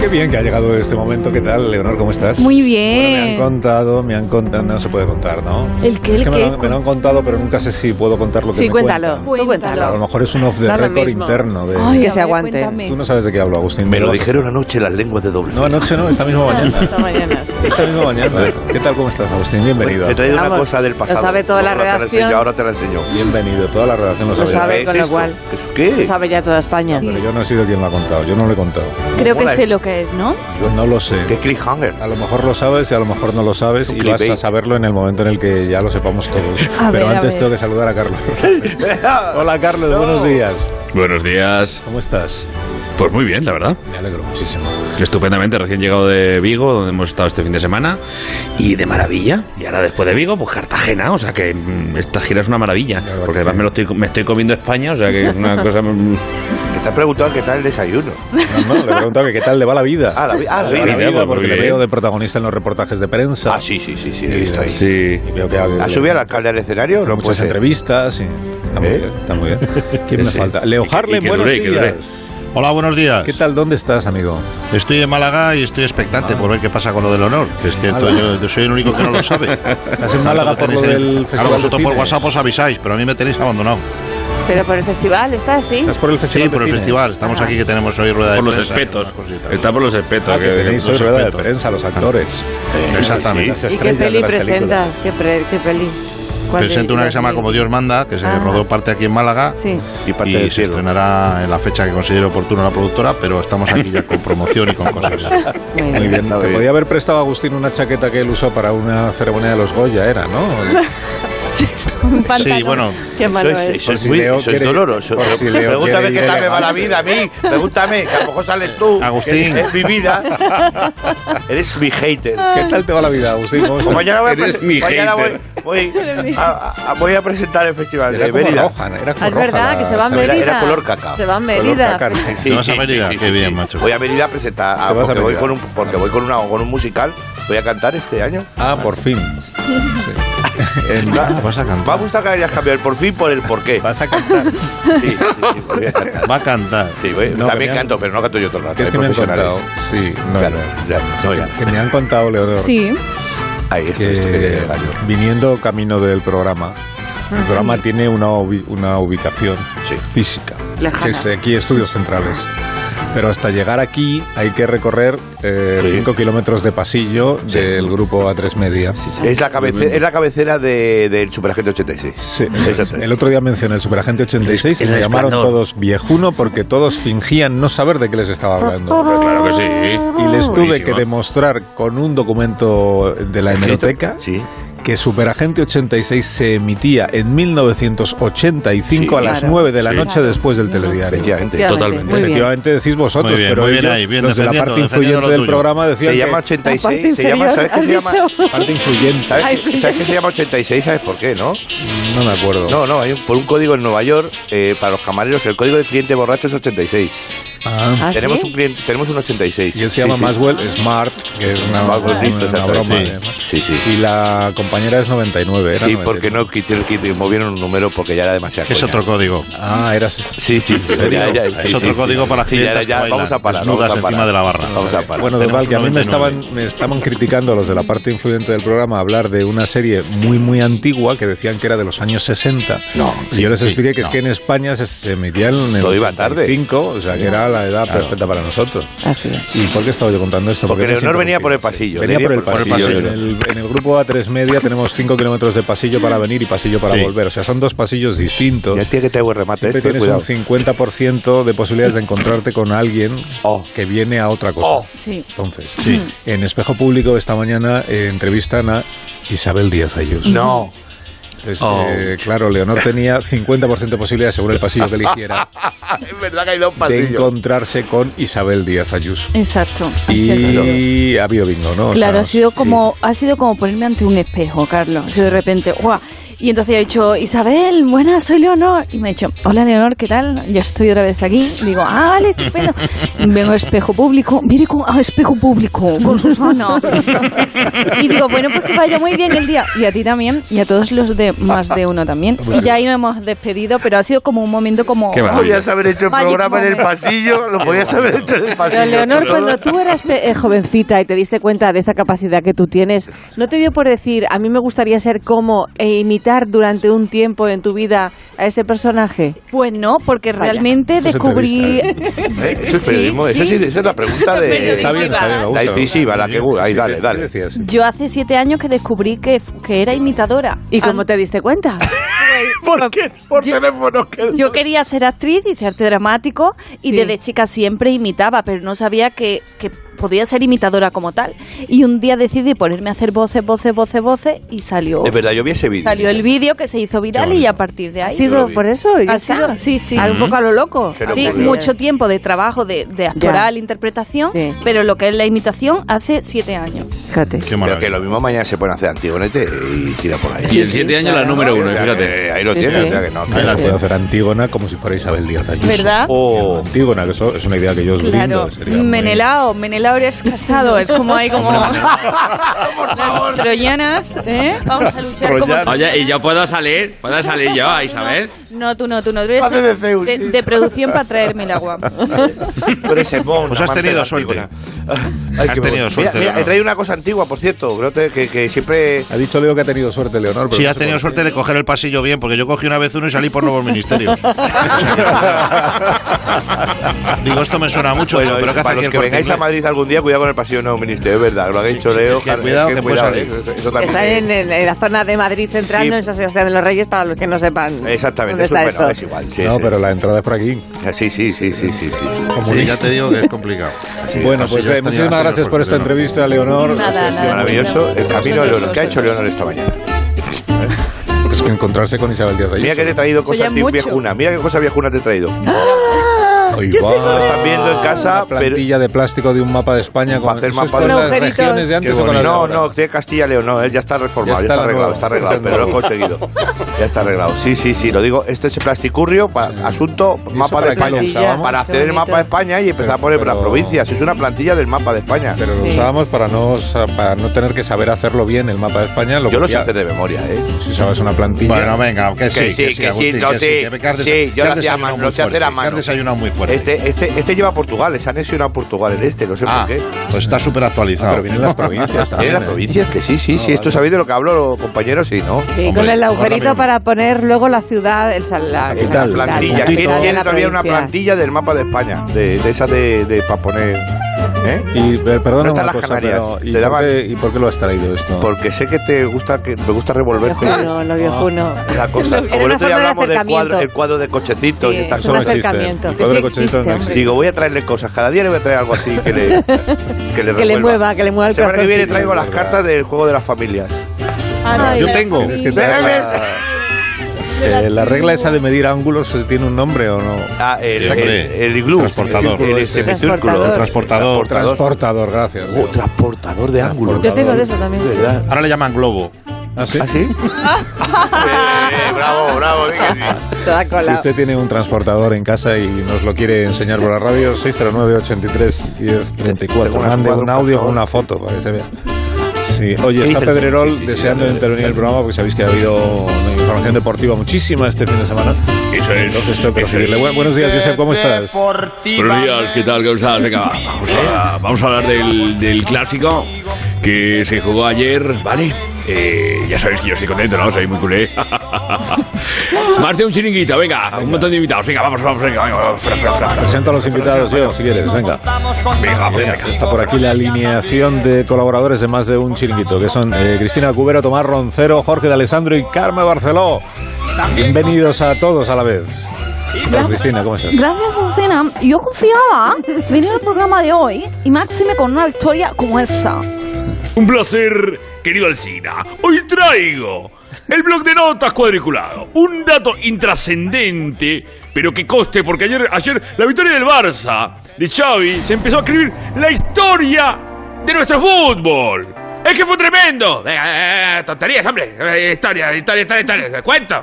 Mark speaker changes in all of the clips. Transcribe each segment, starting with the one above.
Speaker 1: Qué bien que ha llegado este momento. ¿Qué tal, Leonor? ¿Cómo estás?
Speaker 2: Muy bien.
Speaker 1: Bueno, me han contado, me han contado. No se puede contar, ¿no?
Speaker 2: ¿El qué,
Speaker 1: Es
Speaker 2: el
Speaker 1: que me
Speaker 2: qué?
Speaker 1: lo, han- me lo han contado, pero nunca sé si puedo contar lo que
Speaker 3: Sí,
Speaker 1: me
Speaker 3: cuéntalo,
Speaker 1: cuentan.
Speaker 3: tú
Speaker 1: A lo
Speaker 3: cuéntalo.
Speaker 1: mejor es un off the
Speaker 3: Da lo
Speaker 1: record
Speaker 3: mismo.
Speaker 1: interno. De...
Speaker 2: Ay,
Speaker 3: Que
Speaker 2: a
Speaker 3: se
Speaker 2: ver,
Speaker 3: aguante.
Speaker 2: cuéntame.
Speaker 1: Tú no sabes de qué hablo, Agustín.
Speaker 4: Me
Speaker 1: ¿Tú
Speaker 4: lo
Speaker 1: vas a-
Speaker 4: dijeron anoche las lenguas de doble.
Speaker 1: No,
Speaker 4: filo.
Speaker 1: anoche no, esta misma mañana.
Speaker 3: Esta mañana.
Speaker 1: Esta misma mañana. ¿Qué tal, cómo estás, Agustín? Bienvenido.
Speaker 4: Te he traído una
Speaker 3: Vamos,
Speaker 4: cosa del pasado.
Speaker 3: lo sabe toda la
Speaker 4: Ahora te
Speaker 3: redacción.
Speaker 4: enseño, ahora te la enseño.
Speaker 1: Bienvenido. Toda la relación lo
Speaker 3: Lo
Speaker 1: sabe.
Speaker 3: sabe, con lo
Speaker 4: esto?
Speaker 3: cual.
Speaker 4: ¿Qué?
Speaker 3: Lo sabe ya toda España.
Speaker 1: Pero yo no he sido quien lo ha contado. Yo no lo he contado.
Speaker 2: Creo que
Speaker 4: Mola,
Speaker 2: sé
Speaker 4: ¿eh?
Speaker 2: lo que es, ¿no?
Speaker 1: Yo no lo sé.
Speaker 4: ¿Qué es cliffhanger?
Speaker 1: A lo mejor lo sabes y a lo mejor no lo sabes
Speaker 4: Un
Speaker 1: y vas a
Speaker 4: clickbait.
Speaker 1: saberlo en el momento en el que ya lo sepamos todos.
Speaker 2: A
Speaker 1: Pero
Speaker 2: ver, a
Speaker 1: antes
Speaker 2: ver.
Speaker 1: tengo que saludar a Carlos. Hola Carlos,
Speaker 4: No.
Speaker 1: buenos días.
Speaker 5: Buenos días.
Speaker 1: ¿Cómo estás?
Speaker 5: Pues muy bien, la verdad.
Speaker 1: Me alegro muchísimo.
Speaker 5: Estupendamente, recién llegado de Vigo, donde hemos estado este fin de semana. Y de maravilla. Y ahora después de Vigo, pues Cartagena. O sea que mm, esta gira es una maravilla.
Speaker 1: verdad que
Speaker 5: Porque además
Speaker 1: sí.
Speaker 5: me, lo estoy, me estoy comiendo España. O sea que es una cosa... mm,
Speaker 4: Que Te has preguntado qué tal el desayuno.
Speaker 1: No, no, le he preguntado que qué tal le va la vida.
Speaker 4: Ah, la vi- ah, la
Speaker 1: Le va
Speaker 4: vida,
Speaker 5: pues, muy
Speaker 1: porque le
Speaker 5: bien.
Speaker 1: veo de protagonista en los reportajes de prensa.
Speaker 4: Ah, sí, sí, sí, sí, he visto ahí.
Speaker 5: Sí.
Speaker 1: Y veo que ha-
Speaker 4: ¿Has subido al alcalde al escenario?
Speaker 1: Eh, hace
Speaker 4: No
Speaker 1: muchas
Speaker 4: puede ser.
Speaker 1: entrevistas. y- Está muy
Speaker 4: ¿Eh?
Speaker 1: bien. Está muy bien. ¿Quién
Speaker 5: Sí,
Speaker 1: me
Speaker 5: sí.
Speaker 1: falta? Leo
Speaker 5: Y que- y
Speaker 1: Harlem,
Speaker 5: que
Speaker 1: buenos
Speaker 5: dure, y que dure.
Speaker 1: días.
Speaker 6: Hola, buenos días.
Speaker 1: ¿Qué tal? ¿Dónde estás, amigo?
Speaker 6: Estoy en Málaga y estoy expectante por ver qué pasa con lo del honor. Que es que
Speaker 1: Ala.
Speaker 6: to- yo, yo soy el único que no lo sabe.
Speaker 1: ¿Estás en Málaga por lo del Festival
Speaker 6: Claro,
Speaker 1: de
Speaker 6: vosotros por
Speaker 1: Cine?
Speaker 6: WhatsApp os avisáis, pero a mí me tenéis abandonado.
Speaker 3: Pero por el festival está así.
Speaker 1: ¿Estás por el
Speaker 6: Sí,
Speaker 1: festival? de
Speaker 6: por el
Speaker 1: cine?
Speaker 6: festival. Estamos aquí que tenemos hoy rueda de
Speaker 5: Por los
Speaker 6: prensa y
Speaker 5: espetos.
Speaker 6: unas cositas.
Speaker 5: Está por los espetos.
Speaker 1: Ah, que
Speaker 5: que- que-
Speaker 1: tenéis
Speaker 5: no
Speaker 1: hoy
Speaker 5: sé.
Speaker 1: rueda de
Speaker 6: respeto.
Speaker 1: prensa, los actores.
Speaker 6: Exactamente.
Speaker 1: Las
Speaker 3: ¿Y qué
Speaker 1: estrellas de
Speaker 3: peli
Speaker 1: las
Speaker 3: presentas?
Speaker 1: películas.
Speaker 3: ¿Qué, pre- qué peli? ¿Cuál
Speaker 6: Presento
Speaker 3: de-
Speaker 6: una que
Speaker 3: las
Speaker 6: se llama
Speaker 3: peli?
Speaker 6: Como Dios manda, que se
Speaker 3: Ah.
Speaker 6: rodó parte aquí en Málaga.
Speaker 3: Sí.
Speaker 4: Y parte
Speaker 6: y
Speaker 4: del
Speaker 6: se
Speaker 4: cielo.
Speaker 6: estrenará en la fecha que considere oportuna la productora, pero estamos aquí ya con promoción y con cosas.
Speaker 3: Muy
Speaker 1: Muy
Speaker 3: bien.
Speaker 1: bien.
Speaker 4: Está
Speaker 1: Te
Speaker 4: bien.
Speaker 1: podía haber prestado a Agustín una chaqueta que él usó para una ceremonia de los Goya, era, ¿no?
Speaker 3: Un pantalón.
Speaker 6: bueno,
Speaker 3: Qué malo
Speaker 4: Sois-
Speaker 3: es.
Speaker 1: Por
Speaker 4: sois- sois
Speaker 1: Pues si
Speaker 4: muy-
Speaker 1: Leo
Speaker 4: sois
Speaker 1: quiere-
Speaker 4: doloroso.
Speaker 1: por si Leo
Speaker 4: Pregúntame
Speaker 1: quiere
Speaker 4: qué tal
Speaker 1: ir
Speaker 4: me va la
Speaker 1: elegante.
Speaker 4: vida a mí. Pregúntame, que a lo mejor sales tú.
Speaker 6: Agustín.
Speaker 4: que Es mi vida. Eres mi hater.
Speaker 1: ¿Qué tal te va la vida, Agustín? ¿Cómo
Speaker 4: Pues
Speaker 1: estás?
Speaker 4: mañana voy a,
Speaker 5: Eres
Speaker 4: presen-
Speaker 5: mi
Speaker 4: mañana
Speaker 5: hater.
Speaker 4: voy- voy
Speaker 1: Ah,
Speaker 4: a- a- voy a presentar el festival
Speaker 1: Era
Speaker 4: de
Speaker 1: como
Speaker 4: Mérida.
Speaker 1: roja, era como
Speaker 3: Ah, es
Speaker 1: roja
Speaker 3: verdad
Speaker 1: la-
Speaker 3: que se va a
Speaker 4: Era-
Speaker 3: Mérida.
Speaker 4: era color cacao.
Speaker 3: Se va a
Speaker 1: Color
Speaker 3: Mérida.
Speaker 1: cacao, ¿no?
Speaker 6: ¿Te vas a Mérida? Qué bien, macho.
Speaker 4: Voy a Mérida a presentar, ah,
Speaker 1: Te vas a
Speaker 4: porque, voy
Speaker 1: Mérida.
Speaker 4: con un, porque voy con, una, con un musical, voy a cantar este año.
Speaker 1: Ah, por fin. Sí.
Speaker 4: eh,
Speaker 1: En-
Speaker 6: Ah, vas a
Speaker 4: Va a
Speaker 6: cantar.
Speaker 4: gustar que hayas cambiado el por fin por el por qué.
Speaker 1: Vas a cantar.
Speaker 4: Sí, sí, sí, voy a cantar.
Speaker 6: Va a cantar.
Speaker 4: Sí, voy-
Speaker 1: No, que me
Speaker 4: también
Speaker 1: han-
Speaker 4: canto, pero no canto yo todo el rato.
Speaker 1: ¿Qué es
Speaker 4: hay
Speaker 1: que me han
Speaker 4: profesionales.
Speaker 1: contado? Sí, no,
Speaker 4: Claro,
Speaker 1: no.
Speaker 4: ya, no, ya.
Speaker 1: Que me han contado, Leonor,
Speaker 2: Sí.
Speaker 4: Ahí, esto, esto que
Speaker 1: que
Speaker 4: tiene gallo.
Speaker 1: viniendo camino del programa,
Speaker 7: Ah,
Speaker 1: el programa tiene una, ubi- una ubicación
Speaker 4: Sí.
Speaker 1: física,
Speaker 3: Lejana.
Speaker 1: que es aquí Estudios Centrales. Pero hasta llegar aquí hay que recorrer 5
Speaker 4: Sí.
Speaker 1: kilómetros de pasillo del grupo A3 Media.
Speaker 4: Es la cabecera, es la cabecera de, del Superagente 86.
Speaker 1: Sí,
Speaker 4: Exacto.
Speaker 1: el otro día mencioné el Superagente 86 y
Speaker 5: El
Speaker 1: me llamaron
Speaker 5: Resplandor.
Speaker 1: todos viejuno porque todos fingían no saber de qué les estaba hablando.
Speaker 5: Hombre, claro que sí.
Speaker 1: Y les tuve
Speaker 5: Buenísimo.
Speaker 1: que demostrar con un documento de la hemeroteca
Speaker 4: Sí.
Speaker 1: que Superagente 86 se emitía en 1985
Speaker 4: Sí,
Speaker 1: a las
Speaker 3: claro.
Speaker 1: 9 de la
Speaker 5: Sí.
Speaker 1: noche
Speaker 3: Claro.
Speaker 1: después del telediario.
Speaker 4: Efectivamente.
Speaker 3: Efectivamente.
Speaker 5: Totalmente.
Speaker 3: Muy bien.
Speaker 1: Efectivamente decís vosotros,
Speaker 6: Muy bien,
Speaker 1: pero
Speaker 6: muy bien
Speaker 1: ellos,
Speaker 6: ahí, bien
Speaker 1: los de la
Speaker 6: defendiendo,
Speaker 1: parte
Speaker 6: defendiendo
Speaker 1: influyente
Speaker 6: lo
Speaker 1: del
Speaker 6: tuyo.
Speaker 1: programa decían
Speaker 4: Se
Speaker 1: que-
Speaker 4: llama
Speaker 3: La parte
Speaker 4: 86, se llama,
Speaker 3: inferior,
Speaker 4: ¿sabes qué
Speaker 3: has
Speaker 4: se llama?
Speaker 3: dicho.
Speaker 1: parte influyente.
Speaker 4: ¿Sabes, qué- sabes qué se llama 86? ¿Sabes por qué, no?
Speaker 1: No me acuerdo.
Speaker 4: No, no, hay un- por un código en Nueva York, eh, para los camareros, el código de cliente borracho es 86.
Speaker 1: Ah,
Speaker 3: ¿Ah,
Speaker 4: tenemos
Speaker 3: sí?
Speaker 4: un cliente, tenemos un 86.
Speaker 1: y él se
Speaker 4: Sí,
Speaker 1: llama
Speaker 4: sí.
Speaker 1: Maxwell Smart, que es una,
Speaker 4: Maxwell,
Speaker 1: una-
Speaker 4: listo,
Speaker 1: una
Speaker 4: exacto,
Speaker 1: broma.
Speaker 6: sí.
Speaker 1: además.
Speaker 4: Sí, sí.
Speaker 1: Y la compañera es 99, era
Speaker 4: Sí,
Speaker 1: 99.
Speaker 4: porque no quitaron- quitaron- movieron un número porque ya era demasiado.
Speaker 6: Es otro código.
Speaker 1: Ah, eras...
Speaker 4: Sí, sí, sí, ya, ya,
Speaker 6: Es
Speaker 4: sí,
Speaker 6: otro
Speaker 4: sí,
Speaker 6: código
Speaker 4: sí.
Speaker 6: para las
Speaker 4: Sí, ya,
Speaker 6: clientas
Speaker 4: ya,
Speaker 6: que bailan
Speaker 4: vamos a parar.
Speaker 6: desnudas
Speaker 4: vamos a
Speaker 6: encima
Speaker 4: parar.
Speaker 6: de la barra.
Speaker 4: Vamos a parar.
Speaker 1: Bueno,
Speaker 6: Tenemos
Speaker 1: total, que a mí me
Speaker 6: 99.
Speaker 1: estaban, me estaban criticando los de la parte influyente del programa hablar de una serie muy, muy antigua que decían que era de los años 60.
Speaker 4: No,
Speaker 1: y yo les
Speaker 6: sí,
Speaker 1: expliqué que es
Speaker 6: no.
Speaker 1: que en España se, se emitía en el
Speaker 4: Todo iba tarde.
Speaker 1: 85, o sea que era la edad perfecta para nosotros.
Speaker 3: Así es.
Speaker 1: ¿Y por qué estaba yo contando esto?
Speaker 4: Porque
Speaker 1: ¿Por qué me
Speaker 4: Leonor
Speaker 1: siento
Speaker 4: venía por el
Speaker 1: contigo?
Speaker 4: pasillo,
Speaker 1: Venía por
Speaker 4: venía
Speaker 1: el
Speaker 4: por el
Speaker 1: pasillo.
Speaker 6: pasillo,
Speaker 1: En, el, en el grupo A3 Media tenemos 5 kilómetros de pasillo para venir y pasillo para
Speaker 6: Sí.
Speaker 1: volver. O sea, son dos pasillos distintos.
Speaker 4: Ya tiene que te hago el remate
Speaker 1: Siempre
Speaker 4: esto,
Speaker 1: tienes
Speaker 4: cuidado.
Speaker 1: un 50% de posibilidades de encontrarte con alguien
Speaker 4: Oh.
Speaker 1: que viene a otra cosa.
Speaker 4: Oh.
Speaker 2: Sí.
Speaker 1: Entonces,
Speaker 6: Sí.
Speaker 1: en Espejo Público esta mañana eh, entrevistan a Isabel Díaz Ayuso.
Speaker 4: No.
Speaker 1: Entonces,
Speaker 5: Oh.
Speaker 1: eh, claro, Leonor tenía 50% de posibilidad, según el pasillo que eligiera,
Speaker 4: es verdad que hay dos
Speaker 1: de
Speaker 4: pasillos.
Speaker 1: encontrarse con Isabel Díaz Ayuso.
Speaker 2: Exacto.
Speaker 1: Y ha habido bingo, ¿no? O
Speaker 2: Ah, Claro,
Speaker 1: sea,
Speaker 2: ha sido como ha sido como ponerme ante un espejo, Carlos. Ha sido de repente, ¡guau! Y entonces ha dicho, Isabel, buenas, soy Leonor. Y me ha dicho, hola Leonor, ¿qué tal? Ya estoy otra vez aquí. Y digo, ah, vale, estupendo. Vengo a espejo público, mire con, a espejo público, con Susana. Pues, Y digo, bueno, pues que vaya muy bien el día. Y a ti también, y a todos los de más de uno también. Y ya ahí nos hemos despedido, pero ha sido como un momento como...
Speaker 5: Qué va.
Speaker 4: Podías haber hecho el
Speaker 2: Magic
Speaker 4: programa en el
Speaker 2: moment.
Speaker 4: pasillo, lo podías haber hecho en el pasillo.
Speaker 3: Pero Leonor,
Speaker 4: pero-
Speaker 3: cuando tú eras pe- eh, jovencita y te diste cuenta de esta capacidad que tú tienes, ¿no te dio por decir, a mí me gustaría ser como e imitar durante un tiempo en tu vida a ese personaje?
Speaker 2: Pues no, porque
Speaker 3: Vaya.
Speaker 2: realmente
Speaker 1: Esto es
Speaker 2: descubrí...
Speaker 4: ¿Eh? Eso es periodismo,
Speaker 2: Sí,
Speaker 4: eso sí,
Speaker 2: sí.
Speaker 4: esa es la pregunta de...
Speaker 1: Está bien, está bien, me gusta.
Speaker 4: La incisiva, la que... Ahí, dale,
Speaker 1: Sí,
Speaker 4: dale.
Speaker 1: decía, sí.
Speaker 2: Yo hace siete años que descubrí que, que era imitadora.
Speaker 3: ¿Y cómo
Speaker 2: An-
Speaker 3: te diste cuenta?
Speaker 4: ¿Por qué? Por teléfono. que-
Speaker 2: Yo quería ser actriz, hice arte dramático y
Speaker 3: Sí.
Speaker 2: desde chica siempre imitaba, pero no sabía que, que podía ser imitadora como tal. Y un día decidí ponerme a hacer voces, voces, voces, voces y salió,
Speaker 4: Es verdad, yo vi ese vídeo.
Speaker 2: salió el vídeo que se hizo viral y a partir de
Speaker 3: ¿Ha
Speaker 2: ahí...
Speaker 4: Yo
Speaker 3: sido
Speaker 4: lo vi.
Speaker 3: por eso? y ya
Speaker 2: Ha sido-
Speaker 3: está?
Speaker 2: sí, sí.
Speaker 3: Algo Un poco a lo loco.
Speaker 4: Pero
Speaker 2: Sí,
Speaker 4: ocurrió.
Speaker 2: mucho tiempo de trabajo de, de actoral,
Speaker 3: Ya.
Speaker 2: interpretación,
Speaker 3: Sí.
Speaker 2: pero lo que es la imitación hace siete años.
Speaker 3: Fíjate.
Speaker 6: Qué
Speaker 4: Pero que
Speaker 6: maravilla.
Speaker 4: lo mismo mañana se pueden hacer antigonete y tira por ahí.
Speaker 5: Y en siete años la número uno, y fíjate.
Speaker 4: Eh, Ahí lo
Speaker 3: Sí,
Speaker 4: tienes,
Speaker 3: sí.
Speaker 4: o sea que no.
Speaker 1: Ahí la
Speaker 4: claro.
Speaker 1: puede hacer Antígona como si fuera Isabel Díaz Ayuso.
Speaker 2: ¿Verdad?
Speaker 4: Oh.
Speaker 1: Antígona, que eso es una idea que yo os
Speaker 2: Claro,
Speaker 1: brindo. sería muy-
Speaker 2: Menelao, Menelao eres casado, es como hay como las troyanas, ¿eh? Vamos a luchar como
Speaker 4: troyanas.
Speaker 5: Oye, y yo puedo salir, puedo salir yo, ahí, ¿sabes?
Speaker 2: No, tú no, tú no, tú eres
Speaker 4: Hace de Zeus,
Speaker 2: de,
Speaker 4: sí.
Speaker 2: de producción para traerme el agua.
Speaker 4: Tú eres el mono,
Speaker 6: Pues has
Speaker 4: amante
Speaker 6: tenido
Speaker 4: de
Speaker 6: suerte.
Speaker 4: Antígona.
Speaker 6: Has
Speaker 4: qué
Speaker 6: tenido
Speaker 4: bueno.
Speaker 6: suerte,
Speaker 4: Mira, mira,
Speaker 6: Leonor.
Speaker 4: he traído una cosa antigua, por cierto, brote, que, que siempre.
Speaker 1: Ha dicho Leo que ha tenido suerte, Leonor. pero
Speaker 6: Sí,
Speaker 1: no
Speaker 6: has
Speaker 1: sé
Speaker 6: tenido
Speaker 1: por
Speaker 6: suerte de coger el pasillo bien, porque yo cogí una vez uno y salí por nuevos ministerios. Digo, esto me suena mucho,
Speaker 4: Bueno,
Speaker 6: digo, pero
Speaker 4: eso,
Speaker 6: ¿qué hace
Speaker 4: para
Speaker 6: aquí
Speaker 4: los
Speaker 6: el
Speaker 4: que
Speaker 6: Corte
Speaker 4: vengáis a
Speaker 6: Inglés?
Speaker 4: Madrid algún día, cuidado con el pasillo nuevo ministerio, es verdad, lo ha dicho Leo.
Speaker 6: que cuidado, que puede salir.
Speaker 4: eso, eso
Speaker 3: Que
Speaker 4: también.
Speaker 3: Están en, en- en la zona de Madrid central,
Speaker 4: Sí.
Speaker 3: no en San Sebastián de los Reyes, para los que no sepan.
Speaker 4: Exactamente,
Speaker 3: dónde
Speaker 4: eso,
Speaker 3: está
Speaker 4: bueno,
Speaker 3: esto.
Speaker 4: es igual.
Speaker 1: qué.
Speaker 4: Sí,
Speaker 1: No,
Speaker 4: sí.
Speaker 1: pero la entrada es por aquí.
Speaker 4: sí, sí, sí, sí, sí, sí.
Speaker 6: Sí, ya te digo que es complicado. Sí,
Speaker 1: bueno,
Speaker 6: así
Speaker 1: pues
Speaker 6: ya
Speaker 1: eh,
Speaker 6: has tenido- has
Speaker 1: muchísimas
Speaker 6: tenido
Speaker 1: gracias por
Speaker 6: suerte,
Speaker 1: esta
Speaker 6: Leonor.
Speaker 1: entrevista, Leonor.
Speaker 2: Nada, nada,
Speaker 4: Maravilloso el
Speaker 2: siempre.
Speaker 4: camino de Leonor, que ha hecho
Speaker 2: Son
Speaker 4: Leonor
Speaker 2: los
Speaker 4: esta mañana.
Speaker 1: Porque es que encontrarse con Isabel Díaz Ayuso.
Speaker 4: Mira que te he traído
Speaker 2: Eso ya
Speaker 4: cosas
Speaker 2: es
Speaker 4: tipo
Speaker 2: mucho. ¡Ah!
Speaker 4: viejunas, mira qué cosas viejunas te he traído.
Speaker 1: Ahí va.
Speaker 4: Lo están viendo en casa,
Speaker 1: Una plantilla de plástico de un mapa de España
Speaker 4: Para
Speaker 1: con
Speaker 4: hacer
Speaker 1: eso es
Speaker 4: mapa
Speaker 1: con
Speaker 4: de-
Speaker 1: las
Speaker 3: Agujeritos.
Speaker 1: regiones de antes o con las de
Speaker 4: No,
Speaker 1: ahora.
Speaker 4: no, tiene Castilla y León, no, eh, ya está reformado,
Speaker 1: Ya está
Speaker 4: ya está,
Speaker 1: la
Speaker 4: arreglado,
Speaker 1: nueva.
Speaker 4: está arreglado, pero lo he conseguido. Ya está arreglado. Sí, sí, sí, lo digo, esto es plasticurrio, pa- asunto,
Speaker 1: ¿Y eso
Speaker 4: mapa de
Speaker 1: para qué lo
Speaker 4: España.
Speaker 1: usábamos?
Speaker 4: Para hacer el
Speaker 3: Qué bonito.
Speaker 4: mapa de España y empezar a
Speaker 1: Pero-
Speaker 4: poner las
Speaker 1: pero-
Speaker 4: provincias. Es una plantilla del mapa de España.
Speaker 1: Pero lo
Speaker 3: Sí.
Speaker 1: usábamos para no, sa- para no tener que saber hacerlo bien el mapa de España. Lo
Speaker 4: Yo lo sé
Speaker 1: copia-
Speaker 4: hacer de memoria, ¿eh?
Speaker 1: Si sabes una plantilla.
Speaker 6: Bueno, venga, que sí,
Speaker 4: Que sí, que sí,
Speaker 6: Agustín,
Speaker 4: no,
Speaker 6: que
Speaker 4: sí,
Speaker 6: que me- que has
Speaker 4: sí,
Speaker 6: desa-
Speaker 4: yo
Speaker 6: que
Speaker 4: lo
Speaker 6: has
Speaker 4: hacía a mano,
Speaker 6: desayunado
Speaker 4: lo
Speaker 6: muy
Speaker 4: sé hacer
Speaker 6: fuerte,
Speaker 4: a
Speaker 6: que
Speaker 4: mano.
Speaker 6: Has desayunado muy fuerte.
Speaker 4: Este, este, este lleva a Portugal, se ha anexionado a Portugal en este, no sé
Speaker 6: ah,
Speaker 4: por qué.
Speaker 6: pues está súper actualizado.
Speaker 1: Pero vienen las provincias también.
Speaker 4: ¿En las
Speaker 1: ¿eh?
Speaker 4: provincias? Que sí, sí, sí. Esto sabéis de lo que hablo, compañeros, sí, ¿no?
Speaker 3: Sí,
Speaker 6: Hombre,
Speaker 3: con el
Speaker 6: ahora
Speaker 3: agujerito
Speaker 6: mismo.
Speaker 3: para poner luego la ciudad, el, sal- la,
Speaker 1: capital.
Speaker 3: la- la- la
Speaker 4: plantilla. Aquí
Speaker 3: capital de
Speaker 4: tiene
Speaker 3: la
Speaker 4: todavía una
Speaker 3: provincia.
Speaker 4: plantilla del mapa de España, de, de esa de, de para poner. ¿eh?
Speaker 1: Y per- perdona
Speaker 4: No
Speaker 1: una
Speaker 4: están las
Speaker 1: cosa,
Speaker 4: Canarias.
Speaker 1: pero ¿y
Speaker 4: Te
Speaker 1: por,
Speaker 4: daban-
Speaker 1: qué, y por qué lo has traído esto? Ah.
Speaker 4: Porque sé que te gusta, que me gusta revolverte
Speaker 3: Viejuno, lo viejuno.
Speaker 4: la cosa.
Speaker 3: Era
Speaker 4: Como el
Speaker 3: una
Speaker 4: otro día
Speaker 3: forma de
Speaker 4: hablamos del cuadro,
Speaker 3: acercamiento.
Speaker 4: el cuadro de cochecitos
Speaker 3: Sí,
Speaker 4: y estas
Speaker 3: es un
Speaker 1: Eso no
Speaker 4: cosas.
Speaker 1: existe.
Speaker 3: acercamiento.
Speaker 1: El
Speaker 3: que
Speaker 1: cuadro
Speaker 3: sí
Speaker 1: de cochecitos no
Speaker 3: existe,
Speaker 1: existe.
Speaker 3: hombre.
Speaker 4: Digo, voy a traerle cosas. Cada día le voy a traer algo así que le, que le,
Speaker 3: Que le
Speaker 4: revuelva.
Speaker 3: mueva, que le mueva el
Speaker 4: Semana que viene
Speaker 3: corazoncito.
Speaker 4: traigo las cartas del juego de las familias.
Speaker 3: Ay,
Speaker 6: Yo tengo.
Speaker 1: Tienes que traer la- Eh, la regla esa de medir ángulos eh, tiene un nombre o no?
Speaker 4: Ah, el,
Speaker 6: Sí,
Speaker 4: el,
Speaker 6: hombre.
Speaker 4: el iglú,
Speaker 6: Transportador.
Speaker 4: el, el semicírculo,
Speaker 3: Transportador.
Speaker 6: Transportador.
Speaker 1: Transportador, gracias.
Speaker 4: Oh, transportador de ángulo.
Speaker 3: Yo tengo de eso también. sí.
Speaker 4: ¿Verdad?
Speaker 6: Ahora le llaman globo.
Speaker 1: ¿Ah, sí?
Speaker 4: ¿Ah, sí?
Speaker 1: ah.
Speaker 4: Eh, bravo, bravo, di que sí.
Speaker 3: Toda
Speaker 1: Si
Speaker 3: cola.
Speaker 1: usted tiene un transportador en casa y nos lo quiere enseñar por la radio, 609-83-1034.
Speaker 4: Tengo unas
Speaker 1: Mande un
Speaker 4: cuadro,
Speaker 1: audio
Speaker 4: por
Speaker 1: o una foto para que se vea. Sí. Oye, está Pedrerol
Speaker 4: Sí, sí, sí,
Speaker 1: deseando
Speaker 4: dale, dale.
Speaker 1: intervenir en el programa porque sabéis que ha habido una información deportiva muchísima este fin de semana.
Speaker 5: Eso es.
Speaker 1: Entonces tengo que recibirle. Bu- buenos días, Josep, ¿cómo estás?
Speaker 5: Buenos días, ¿qué tal? ¿Cómo estás? Venga, va, vamos a, vamos a hablar del, del clásico que se jugó ayer, ¿vale? Eh, ya sabéis que yo estoy contento, ¿no? Soy muy culé. Más de un chiringuito, venga, un montón de invitados. Venga, vamos, vamos, venga, venga, vamos, fuera, fuera, fuera, fuera.
Speaker 1: Presento a los invitados yo, si quieres, venga.
Speaker 5: Venga, vamos, venga.
Speaker 1: Está por aquí la alineación de colaboradores de más de un chiringuito, que son eh, Cristina Cubero, Tomás Roncero, Jorge de Alessandro y Carmen Barceló. Bienvenidos a todos a la vez. ¿Qué tal, Cristina, ¿cómo estás?
Speaker 2: Gracias, Susana. Yo confiaba venir al programa de hoy y máxime con una historia como esa.
Speaker 5: Un placer, querido Alcina. Hoy traigo El blog de notas cuadriculado. Un dato intrascendente, pero que coste, porque ayer, ayer la victoria del Barça de Xavi se empezó a escribir la historia de nuestro fútbol. Es que fue tremendo. Venga, eh, eh, tonterías, hombre. Eh, historia, historia, historia, historia. Cuento.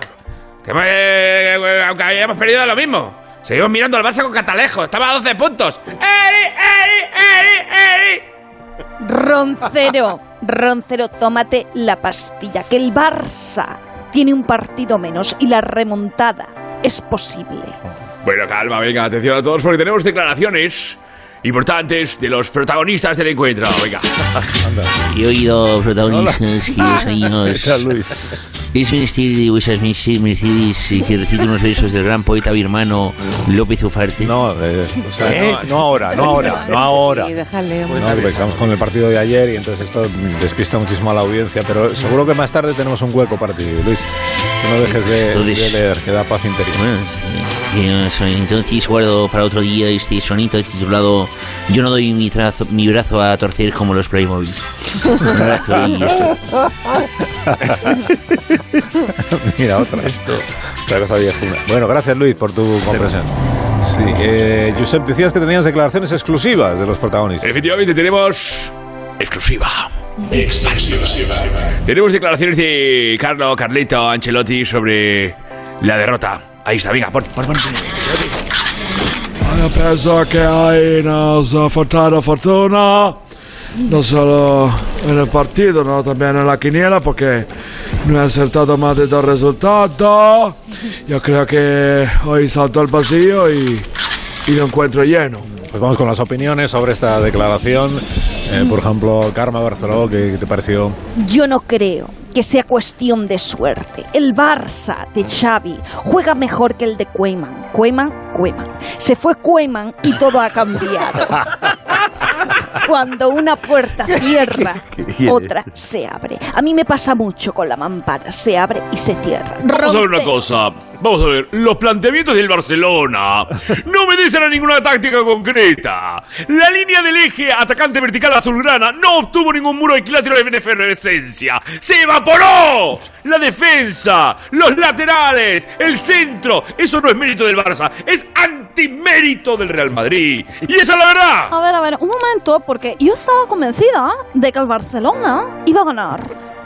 Speaker 5: Que, eh, aunque hayamos perdido era lo mismo. Seguimos mirando al Barça con catalejo. Estaba a 12 puntos. ¡Eri, eri, eri, eri!
Speaker 2: Roncero, Roncero, tómate la pastilla, que el Barça tiene un partido menos y la remontada es posible.
Speaker 5: Bueno, calma, venga, atención a todos porque tenemos declaraciones importantes de los protagonistas del encuentro. Venga.
Speaker 8: He oído protagonistas que los años.
Speaker 1: Está Luis.
Speaker 8: Es menester de vuestras merce- mercedes eh, que recite unos versos del gran poeta birmano López Ufarte.
Speaker 1: No, eh, o sea,
Speaker 4: ¿Eh?
Speaker 1: no, no ahora, Ah, no ahora, no ahora.
Speaker 3: Y déjale.
Speaker 1: No, porque estamos con el partido de ayer y entonces esto despista muchísimo a la audiencia, pero seguro que más tarde tenemos un hueco para ti, Luis. Que no dejes de,
Speaker 8: Entonces-
Speaker 1: de leer, que da paz interior.
Speaker 8: Bueno, eh, que, eh, entonces guardo para otro día este sonito titulado Yo no doy mi, trazo- mi brazo a torcer como los Playmobil. Un abrazo y hasta-
Speaker 1: Mira, otra. Esto. Otra cosa viejuna. Bueno, gracias Luis por tu comprensión. Sí, eh, Josep, decías que tenías declaraciones exclusivas de los protagonistas.
Speaker 5: Efectivamente, tenemos. Exclusiva. Tenemos declaraciones de Carlo, Carlito, Ancelotti sobre la derrota. Ahí está, venga, pon, pon, pon.
Speaker 9: Yo pienso que hoy nos ha faltado fortuna, no solo en el partido, no también en la quiniela, porque no he acertado más de dos resultados. Yo creo que hoy salto al vacío y, y lo encuentro lleno.
Speaker 1: Pues vamos con las opiniones sobre esta declaración. Eh, por ejemplo, Karma Barceló, ¿qué, qué te pareció?
Speaker 2: Yo no creo que sea cuestión de suerte. El Barça de Xavi juega mejor que el de Cueman. Cueman, Cueman. Se fue Cueman y todo ha cambiado. Cuando una puerta cierra, otra se abre. A mí me pasa mucho con la mampara. Se abre y se cierra.
Speaker 5: Vamos a ver una
Speaker 2: Roncero.
Speaker 5: cosa. Vamos a ver, los planteamientos del Barcelona no obedecen a ninguna táctica concreta. La línea del eje atacante vertical azulgrana no obtuvo ningún muro equilátero de efervescencia. ¡Se evaporó! La defensa, los laterales, el centro. Eso no es mérito del Barça, es antimérito del Real Madrid. Y esa es la verdad.
Speaker 7: A ver, a ver, un momento, porque yo estaba convencida de que el Barcelona iba a ganar.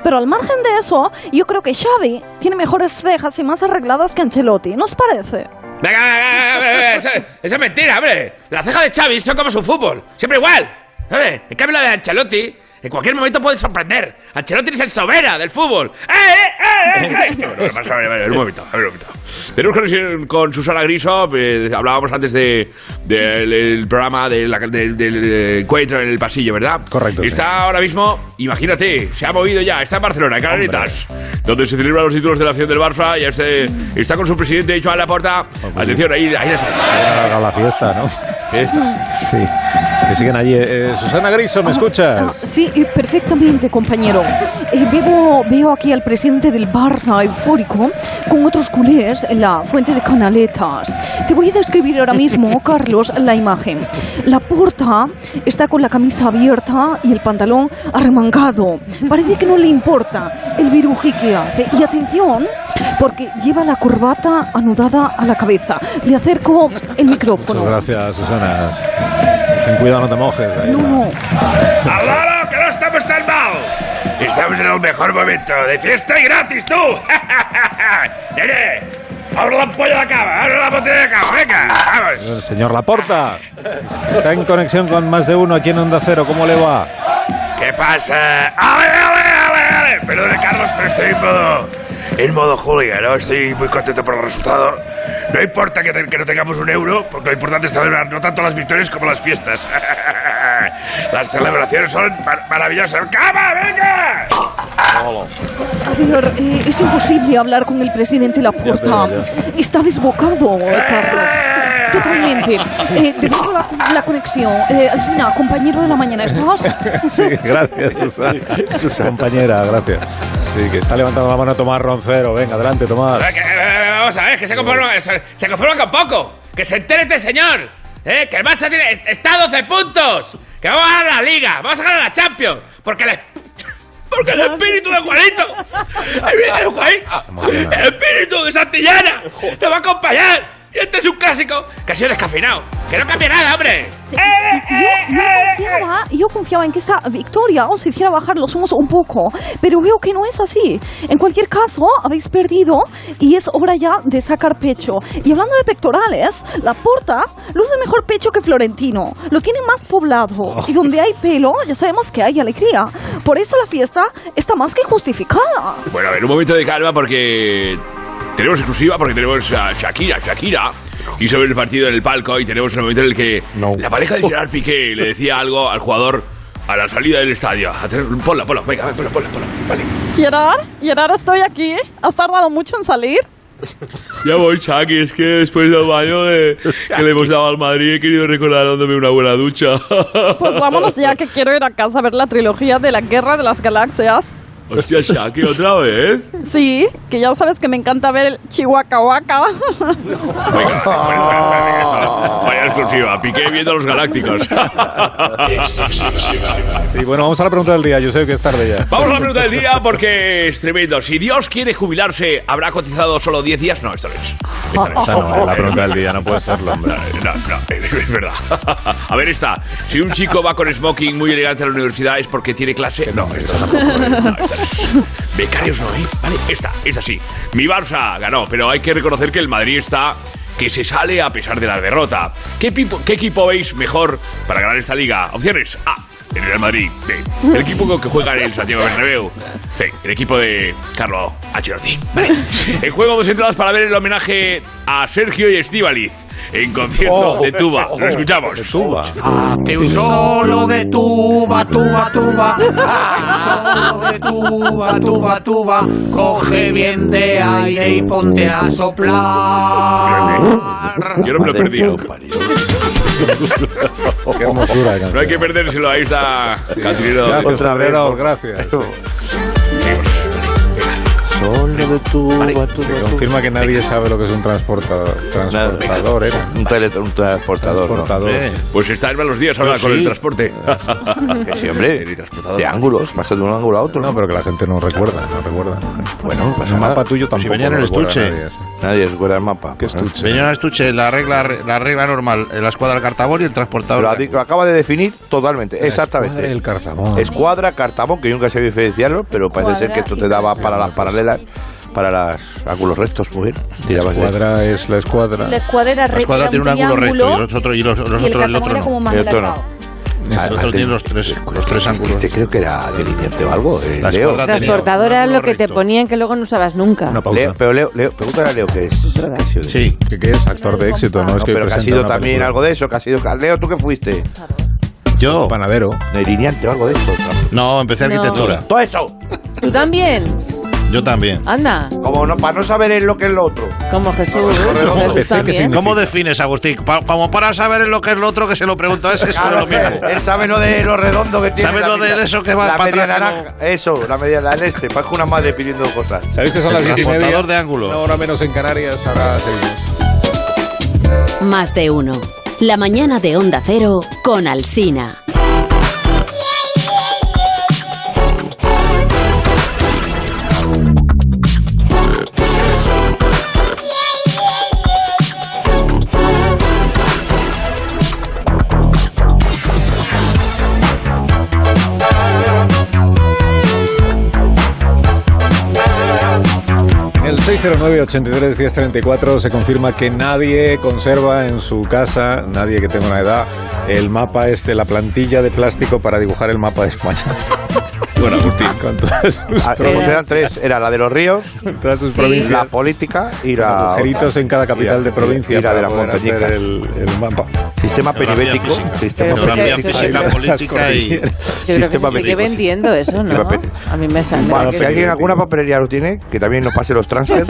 Speaker 7: Pero al margen de eso, yo creo que Xavi tiene mejores cejas y más arregladas que Ancelotti, ¿nos parece?
Speaker 5: Venga, venga, venga, venga, Eso, eso es mentira, hombre. Las cejas de Xavi son como su fútbol. Siempre igual. Hombre, en cambio la de Ancelotti, en cualquier momento puede sorprender. Ancelotti es el sobera del fútbol. ¡Eh, eh, eh! eh! Bueno, bueno, pasa, vale, vale, un momento, a ver, un momento. Tenemos conexión con Susana Griso. eh, hablábamos antes de, del del programa de la- del, del, eh, encuentro en el pasillo, ¿verdad?
Speaker 1: Correcto,
Speaker 5: Y está ahora mismo, imagínate, se ha movido ya, está en Barcelona, en Canaletas, donde se celebran los títulos de la acción del Barça. Ya se- está con su presidente, Joan Laporta. Atención, ahí, ahí está.
Speaker 1: Era la fiesta, ¿no? Sí. Que siguen allí. Eh, Susana Griso, ¿me
Speaker 7: Ah,
Speaker 1: escuchas?
Speaker 7: sí, eh, perfectamente, compañero. Eh, veo, veo aquí al presidente del Barça eufórico con otros culés en la fuente de canaletas. Te voy a describir ahora mismo, Carlos, la imagen. La porta está con la camisa abierta y el pantalón arremangado. Parece que no le importa el viruji que hace. Y atención, porque lleva la corbata anudada a la cabeza. Le acerco el micrófono.
Speaker 1: Muchas gracias, Susana. Ten cuidado, no te mojes. Ahí
Speaker 7: No,
Speaker 1: está.
Speaker 7: no.
Speaker 5: ¡Alvaro, que no estamos tan mal! Estamos en el mejor momento, de fiesta y gratis, tú. ¡Nene! ¡Abre la polla de cava! ¡Abre la botella de cava! ¡Venga! ¡Vamos!
Speaker 1: El señor Laporta está en conexión con más de uno aquí en Onda Cero. ¿Cómo le va?
Speaker 5: ¿Qué pasa? ¡Ale, ale, ale, ale! Perdone, Carlos, pero estoy en modo. En modo Julia, ¿no? Estoy muy contento por el resultado. No importa que, te- que no tengamos un euro, porque lo importante es celebrar no tanto las victorias como las fiestas. las celebraciones son mar- maravillosas. ¡Cama, venga!
Speaker 7: A ver, eh, es imposible hablar con el presidente Laporta.
Speaker 1: Ya veo,
Speaker 7: Está desbocado, eh, Carlos. Totalmente. Eh, devuelvo la, la conexión. Eh, Alsina, compañero de la mañana, ¿estás?
Speaker 1: Sí, gracias, Susana. Compañera, gracias. Sí, que está levantando la mano Tomás Roncero. Venga, adelante, Tomás.
Speaker 5: Eh, que, eh, Vamos a ver, que se conforma, se, se conforma con poco. Que se entere este señor. Eh, que el Barça tiene, está a 12 puntos. Que vamos a ganar la Liga, vamos a ganar la Champions. Porque les, Porque el espíritu de Juanito, ahí viene el
Speaker 1: Ah,
Speaker 5: Juanito, el espíritu de Santillana, te va a acompañar. Y este es un clásico que ha sido descafeinado. Que no cambia nada, hombre.
Speaker 7: Yo, yo confiaba, yo confiaba en que esta victoria os hiciera bajar los humos un poco, pero veo que no es así. En cualquier caso, habéis perdido y es hora ya de sacar pecho. Y hablando de pectorales, la porta luce mejor pecho que Florentino. Lo tiene más poblado
Speaker 6: Oh.
Speaker 7: y donde hay pelo ya sabemos que hay alegría. Por eso la fiesta está más que justificada.
Speaker 5: Bueno, a ver, un momento de calma porque tenemos exclusiva, porque tenemos a Shakira, Shakira. Quiso ver el partido en el palco y tenemos un momento en el que
Speaker 6: No.
Speaker 5: la pareja de Gerard Piqué le decía algo al jugador a la salida del estadio. A tener- Ponla, ponla, venga, ponla, ponla, ponla. Vale.
Speaker 7: Gerard, Gerard, estoy aquí. ¿Has tardado mucho en salir?
Speaker 5: Ya voy, Chucky, es que después del baño que le hemos dado al Madrid he querido recordar dándome una buena ducha.
Speaker 7: Pues vámonos ya que quiero ir a casa a ver la trilogía de la Guerra de las Galaxias.
Speaker 5: Hostia, Chucky, otra vez.
Speaker 7: Sí, que ya sabes que me encanta ver el Chihuahua Waka.
Speaker 5: Venga, fuera, fuera, fuera, venga, eso. Vaya exclusiva, Piqué viendo a los galácticos.
Speaker 1: Sí, bueno, vamos a la pregunta del día, Josep, que es tarde ya.
Speaker 5: Vamos a la pregunta del día porque es tremendo. Si Dios quiere jubilarse, ¿habrá cotizado solo 10 días? No, esto no es. Esto no es.
Speaker 1: Esa no es la pregunta del día, no puede serlo, hombre.
Speaker 5: No, no, es verdad. A ver esta. Si un chico va con smoking muy elegante a la universidad es porque tiene clase. No, esta tampoco. eh, No, esta es. Becarios no, ¿eh? Vale, esta, esta sí. Mi Barça ganó, pero hay que reconocer que el Madrid está que se sale a pesar de la derrota. ¿Qué, pipo- qué equipo veis mejor para ganar esta liga? Opciones A. El Real Madrid. B. El equipo con que juega en el Santiago Bernabéu. C. El equipo de Carlo Ancelotti. Vale. En juego dos entradas para ver el homenaje a Sergio y Estíbaliz en concierto
Speaker 1: Oh.
Speaker 5: de tuba. Lo escuchamos. Ah,
Speaker 1: De tuba.
Speaker 10: un solo de tuba, tuba, tuba. Un solo de tuba, tuba, tuba. Coge bien de aire y ponte a soplar.
Speaker 5: Yo no me lo he perdido.
Speaker 1: Qué hermosura de canción.
Speaker 5: No hay que perdérselo a esta cantinero.
Speaker 1: Gracias,
Speaker 4: Otra vez,
Speaker 1: Cabrero,
Speaker 4: por-
Speaker 1: gracias.
Speaker 4: Solo de tuba,
Speaker 1: Se
Speaker 4: tuba, tuba.
Speaker 1: confirma que nadie sabe lo que es un transporta-
Speaker 4: Nada,
Speaker 1: transportador, ¿eh?
Speaker 4: Un, tele- un transportador.
Speaker 1: Transportador.
Speaker 4: ¿no?
Speaker 5: Pues está en malos días ahora
Speaker 6: Pues
Speaker 5: con el
Speaker 6: sí.
Speaker 5: transporte.
Speaker 4: Que sí, hombre.
Speaker 5: El transportador.
Speaker 4: De ángulos, pasa de un ángulo a otro.
Speaker 1: No, pero que la gente no recuerda, no recuerda.
Speaker 4: Bueno, pues
Speaker 1: el
Speaker 4: nada.
Speaker 1: mapa tuyo tampoco.
Speaker 6: venía en el
Speaker 1: lo recuerda
Speaker 6: estuche.
Speaker 1: nadie, sí.
Speaker 4: Nadie recuerda el mapa.
Speaker 1: ¿Qué
Speaker 4: Bueno.
Speaker 1: estuche?
Speaker 6: Señora Estuche, la regla, la regla normal, eh, la escuadra del cartabón y el transportador.
Speaker 4: Lo, ha di- lo acaba de definir totalmente, exactamente.
Speaker 1: El cartabón.
Speaker 4: Escuadra, cartabón, que yo nunca sé diferenciarlo, pero parece ser que esto te daba para las paralelas, para los ángulos rectos, muy bien. Tirabas de-
Speaker 1: Escuadra es la escuadra.
Speaker 2: La escuadra era
Speaker 6: la
Speaker 2: recta,
Speaker 6: escuadra
Speaker 2: era
Speaker 6: tiene un ángulo recto y los otros y los, los
Speaker 2: y el
Speaker 6: otros el
Speaker 2: cartamón
Speaker 6: otro
Speaker 2: era como
Speaker 6: no.
Speaker 2: más
Speaker 4: El otro no.
Speaker 2: alargado.
Speaker 6: El otro tiene los tres, los tres ángulos.
Speaker 4: Este creo que era delineante o algo. eh,
Speaker 6: La
Speaker 4: Leo.
Speaker 6: escuadra tenía un
Speaker 3: Transportadora es lo
Speaker 6: ángulo
Speaker 3: que te
Speaker 6: recto.
Speaker 3: ponían que luego no usabas nunca.
Speaker 1: Una pausa.
Speaker 4: Leo, Pero Leo, Leo, pregúntale a Leo qué es. ¿Qué es?
Speaker 6: Sí,
Speaker 1: Que, que es actor de éxito, ¿no?
Speaker 4: No,
Speaker 1: es que
Speaker 4: pero que ha
Speaker 1: presenta
Speaker 4: sido
Speaker 1: una
Speaker 4: también
Speaker 1: película.
Speaker 4: algo de eso, que ha sido... Leo, ¿tú qué fuiste?
Speaker 6: yo.
Speaker 1: Panadero.
Speaker 4: Delineante o algo de eso.
Speaker 6: No, empecé arquitectura.
Speaker 4: Todo eso.
Speaker 3: Tú también.
Speaker 6: Yo también.
Speaker 3: Anda,
Speaker 4: Como no, para no saber en lo que es lo otro.
Speaker 3: como Jesús. Jesús
Speaker 1: Pensé que
Speaker 3: también.
Speaker 1: significa-
Speaker 6: ¿Cómo defines, Agustín? Pa- como para saber lo que es lo otro que se lo pregunto a ese, sobre lo mismo.
Speaker 4: él sabe lo de lo redondo que tiene.
Speaker 6: ¿Sabe
Speaker 4: la
Speaker 6: lo de
Speaker 4: media-
Speaker 6: eso que va
Speaker 4: La
Speaker 6: para
Speaker 4: media
Speaker 6: atrás,
Speaker 4: naranja. Eso, la media la del este. Parece una madre pidiendo cosas.
Speaker 1: ¿Sabéis que son las
Speaker 6: El
Speaker 1: 10 y media?
Speaker 6: transportador de ángulos.
Speaker 1: Una hora menos en Canarias, ahora seguimos.
Speaker 11: Más de uno. La mañana de Onda Cero con Alsina.
Speaker 1: En el 609-83-1034 se confirma que nadie conserva en su casa, nadie que tenga una edad, el mapa este, la plantilla de plástico para dibujar el mapa de España. Bueno, Agustín. Con todas sus,
Speaker 4: Ah, pues eran tres. Era la de los ríos,
Speaker 1: todas sus
Speaker 4: la
Speaker 1: provincias.
Speaker 4: política y
Speaker 1: con
Speaker 4: la...
Speaker 1: agujeritos en cada capital
Speaker 4: y la-
Speaker 1: de provincia
Speaker 4: y la de
Speaker 1: para
Speaker 4: las
Speaker 1: poder hacer
Speaker 4: montañicas.
Speaker 1: el, el mapa.
Speaker 4: Sistema peribético.
Speaker 6: física.
Speaker 4: Sistema
Speaker 3: Pero
Speaker 6: Geografía
Speaker 3: Eso-
Speaker 4: peribético.
Speaker 3: eso-
Speaker 6: física,
Speaker 1: Las
Speaker 6: política y.
Speaker 1: cordilleras.
Speaker 3: Yo creo que
Speaker 4: Sistema
Speaker 3: se sigue
Speaker 4: bélico, sí.
Speaker 3: vendiendo eso, ¿no?
Speaker 4: Sistema bélico.
Speaker 3: A mí me sale.
Speaker 4: Bueno,
Speaker 3: que-
Speaker 4: si alguien alguna papelería lo tiene, que también nos pase los transfers.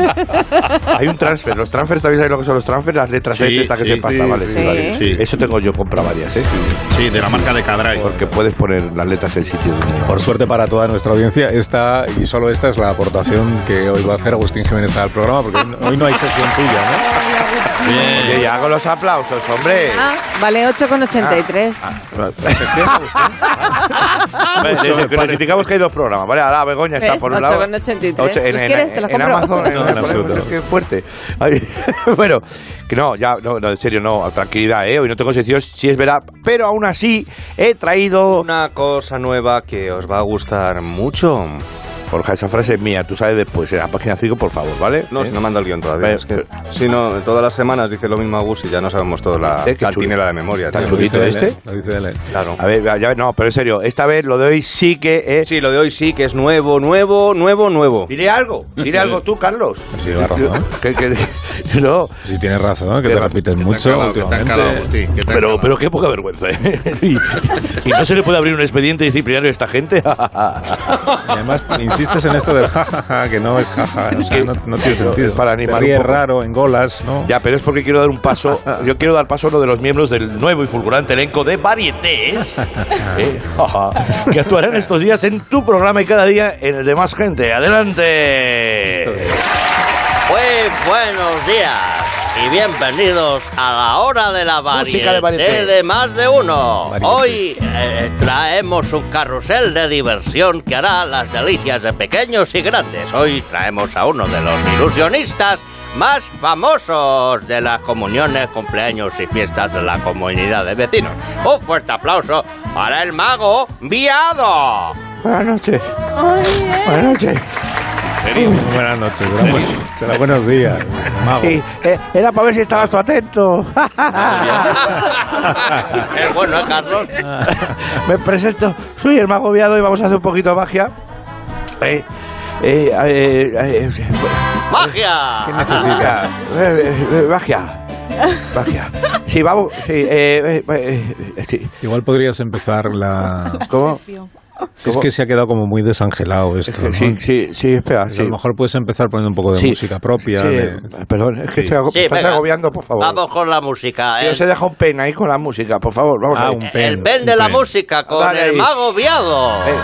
Speaker 4: Hay un transfer. Los transfers, ¿sabéis lo que son los transfers? Las letras
Speaker 6: Sí,
Speaker 4: estas que
Speaker 6: sí,
Speaker 4: se pasan,
Speaker 6: sí,
Speaker 4: vale,
Speaker 6: sí,
Speaker 4: vale.
Speaker 6: sí.
Speaker 4: Eso tengo yo, compra varias, ¿eh?
Speaker 6: Sí, de la marca de Cadray.
Speaker 4: Porque puedes poner las letras del sitio donde...
Speaker 1: Por suerte para para toda nuestra audiencia. Esta y solo esta es la aportación que hoy va a hacer Agustín Jiménez al programa, porque hoy no- hoy no hay sección tuya, ¿no?
Speaker 4: Oye, ya hago los aplausos, hombre.
Speaker 3: Ah, vale 8,83.
Speaker 4: Ah, Desde que Criticamos que hay dos programas, ¿vale? Ahora Begoña está
Speaker 3: ¿Ves?
Speaker 4: por un
Speaker 3: Ocho
Speaker 4: lado.
Speaker 3: con ochenta y tres.
Speaker 4: Ocho- en,
Speaker 3: ¿Los
Speaker 4: en-
Speaker 3: quieres? Te los
Speaker 4: en
Speaker 3: compro.
Speaker 4: Amazon. en
Speaker 3: No, en
Speaker 4: Amazon,
Speaker 1: absoluto.
Speaker 4: es que es fuerte. Ay, bueno, que no, ya, no, no, en serio, no, tranquilidad, ¿eh? Hoy no tengo sección, si es verdad, pero aún así he traído...
Speaker 12: Una cosa nueva que os va a gustar mucho.
Speaker 4: Borja, esa frase es mía, tú sabes después, en la página 5, por favor, ¿vale?
Speaker 12: No,
Speaker 4: ¿Eh?
Speaker 12: si no manda el guión todavía.
Speaker 4: Vale,
Speaker 12: es que, si no, todas las semanas dice lo mismo Agus y ya no sabemos toda la
Speaker 4: Eh, qué chulo.
Speaker 12: cantinela de memoria.
Speaker 4: ¿Tan
Speaker 12: tío.
Speaker 4: chulito este?
Speaker 1: Lo dice él.
Speaker 12: Claro.
Speaker 4: A ver, ya, no, pero en serio, esta vez lo de hoy sí que es...
Speaker 12: Sí, lo de hoy sí que es nuevo, nuevo, nuevo, nuevo.
Speaker 4: Dile algo, dile algo tú, Carlos.
Speaker 1: Sí, lleva razón.
Speaker 4: Que- que- no.
Speaker 1: Si tienes razón, que te
Speaker 4: Pero-
Speaker 1: repites mucho
Speaker 4: calado, que te han
Speaker 1: últimamente.
Speaker 4: calado, Agustín, Pero, pero qué poca vergüenza, ¿eh? Y, y no se le puede abrir un expediente disciplinario a esta gente.
Speaker 1: Y además insistes en esto del jajaja, que no es jaja, o sea, no, no tiene sentido.
Speaker 4: Para
Speaker 1: Te
Speaker 4: animar un
Speaker 1: ríes
Speaker 4: poco.
Speaker 1: raro en golas, ¿no?
Speaker 4: Ya, pero es porque quiero dar un paso. Yo quiero dar paso a uno de los miembros del nuevo y fulgurante elenco de Varietés, ¿eh? que actuarán estos días en tu programa y cada día en el de más gente. ¡Adelante!
Speaker 13: Muy buenos días y bienvenidos a la hora de la
Speaker 4: Música de
Speaker 13: variedad
Speaker 4: varieté.
Speaker 13: de, más de uno.
Speaker 4: Varieté.
Speaker 13: Hoy eh, traemos un carrusel de diversión que hará las delicias de pequeños y grandes. Hoy traemos a uno de los ilusionistas más famosos de las comuniones, cumpleaños y fiestas de la comunidad de vecinos. Un fuerte aplauso para el mago Viado.
Speaker 4: Buenas noches. Buenas noches.
Speaker 1: Muy Buenas noches, será buen- será buenos días, mago.
Speaker 4: Sí, eh, era para ver si estabas tú atento.
Speaker 13: Es bueno, ¿eh, Carlos.
Speaker 4: Me presento, soy el mago Viado y vamos a hacer un poquito de magia. Eh, eh, eh, eh, eh,
Speaker 13: ¡Magia!
Speaker 4: ¿Qué necesita? Eh, eh, eh, magia. Magia. Sí, vamos. Sí, eh, eh, eh, eh, sí.
Speaker 1: Igual podrías empezar la...
Speaker 4: ¿Cómo?
Speaker 1: Es que se ha quedado como muy desangelado esto.
Speaker 4: que sí, sí, sí, espera.
Speaker 1: A lo mejor puedes empezar poniendo un poco de
Speaker 4: Sí,
Speaker 1: música propia.
Speaker 4: sí,
Speaker 1: de-
Speaker 4: perdón, es que estoy ago-
Speaker 13: Sí,
Speaker 4: me estás
Speaker 13: venga.
Speaker 4: agobiando, por favor.
Speaker 13: Vamos con la música.
Speaker 4: Sí,
Speaker 13: El-
Speaker 4: os he dejado un pen ahí con la música, por favor. Vamos
Speaker 1: Ah,
Speaker 4: ahí.
Speaker 1: un pen.
Speaker 13: el pen de la
Speaker 4: pen.
Speaker 13: música con
Speaker 4: Dale
Speaker 13: el
Speaker 4: ahí.
Speaker 13: mago Viado.
Speaker 4: Eh,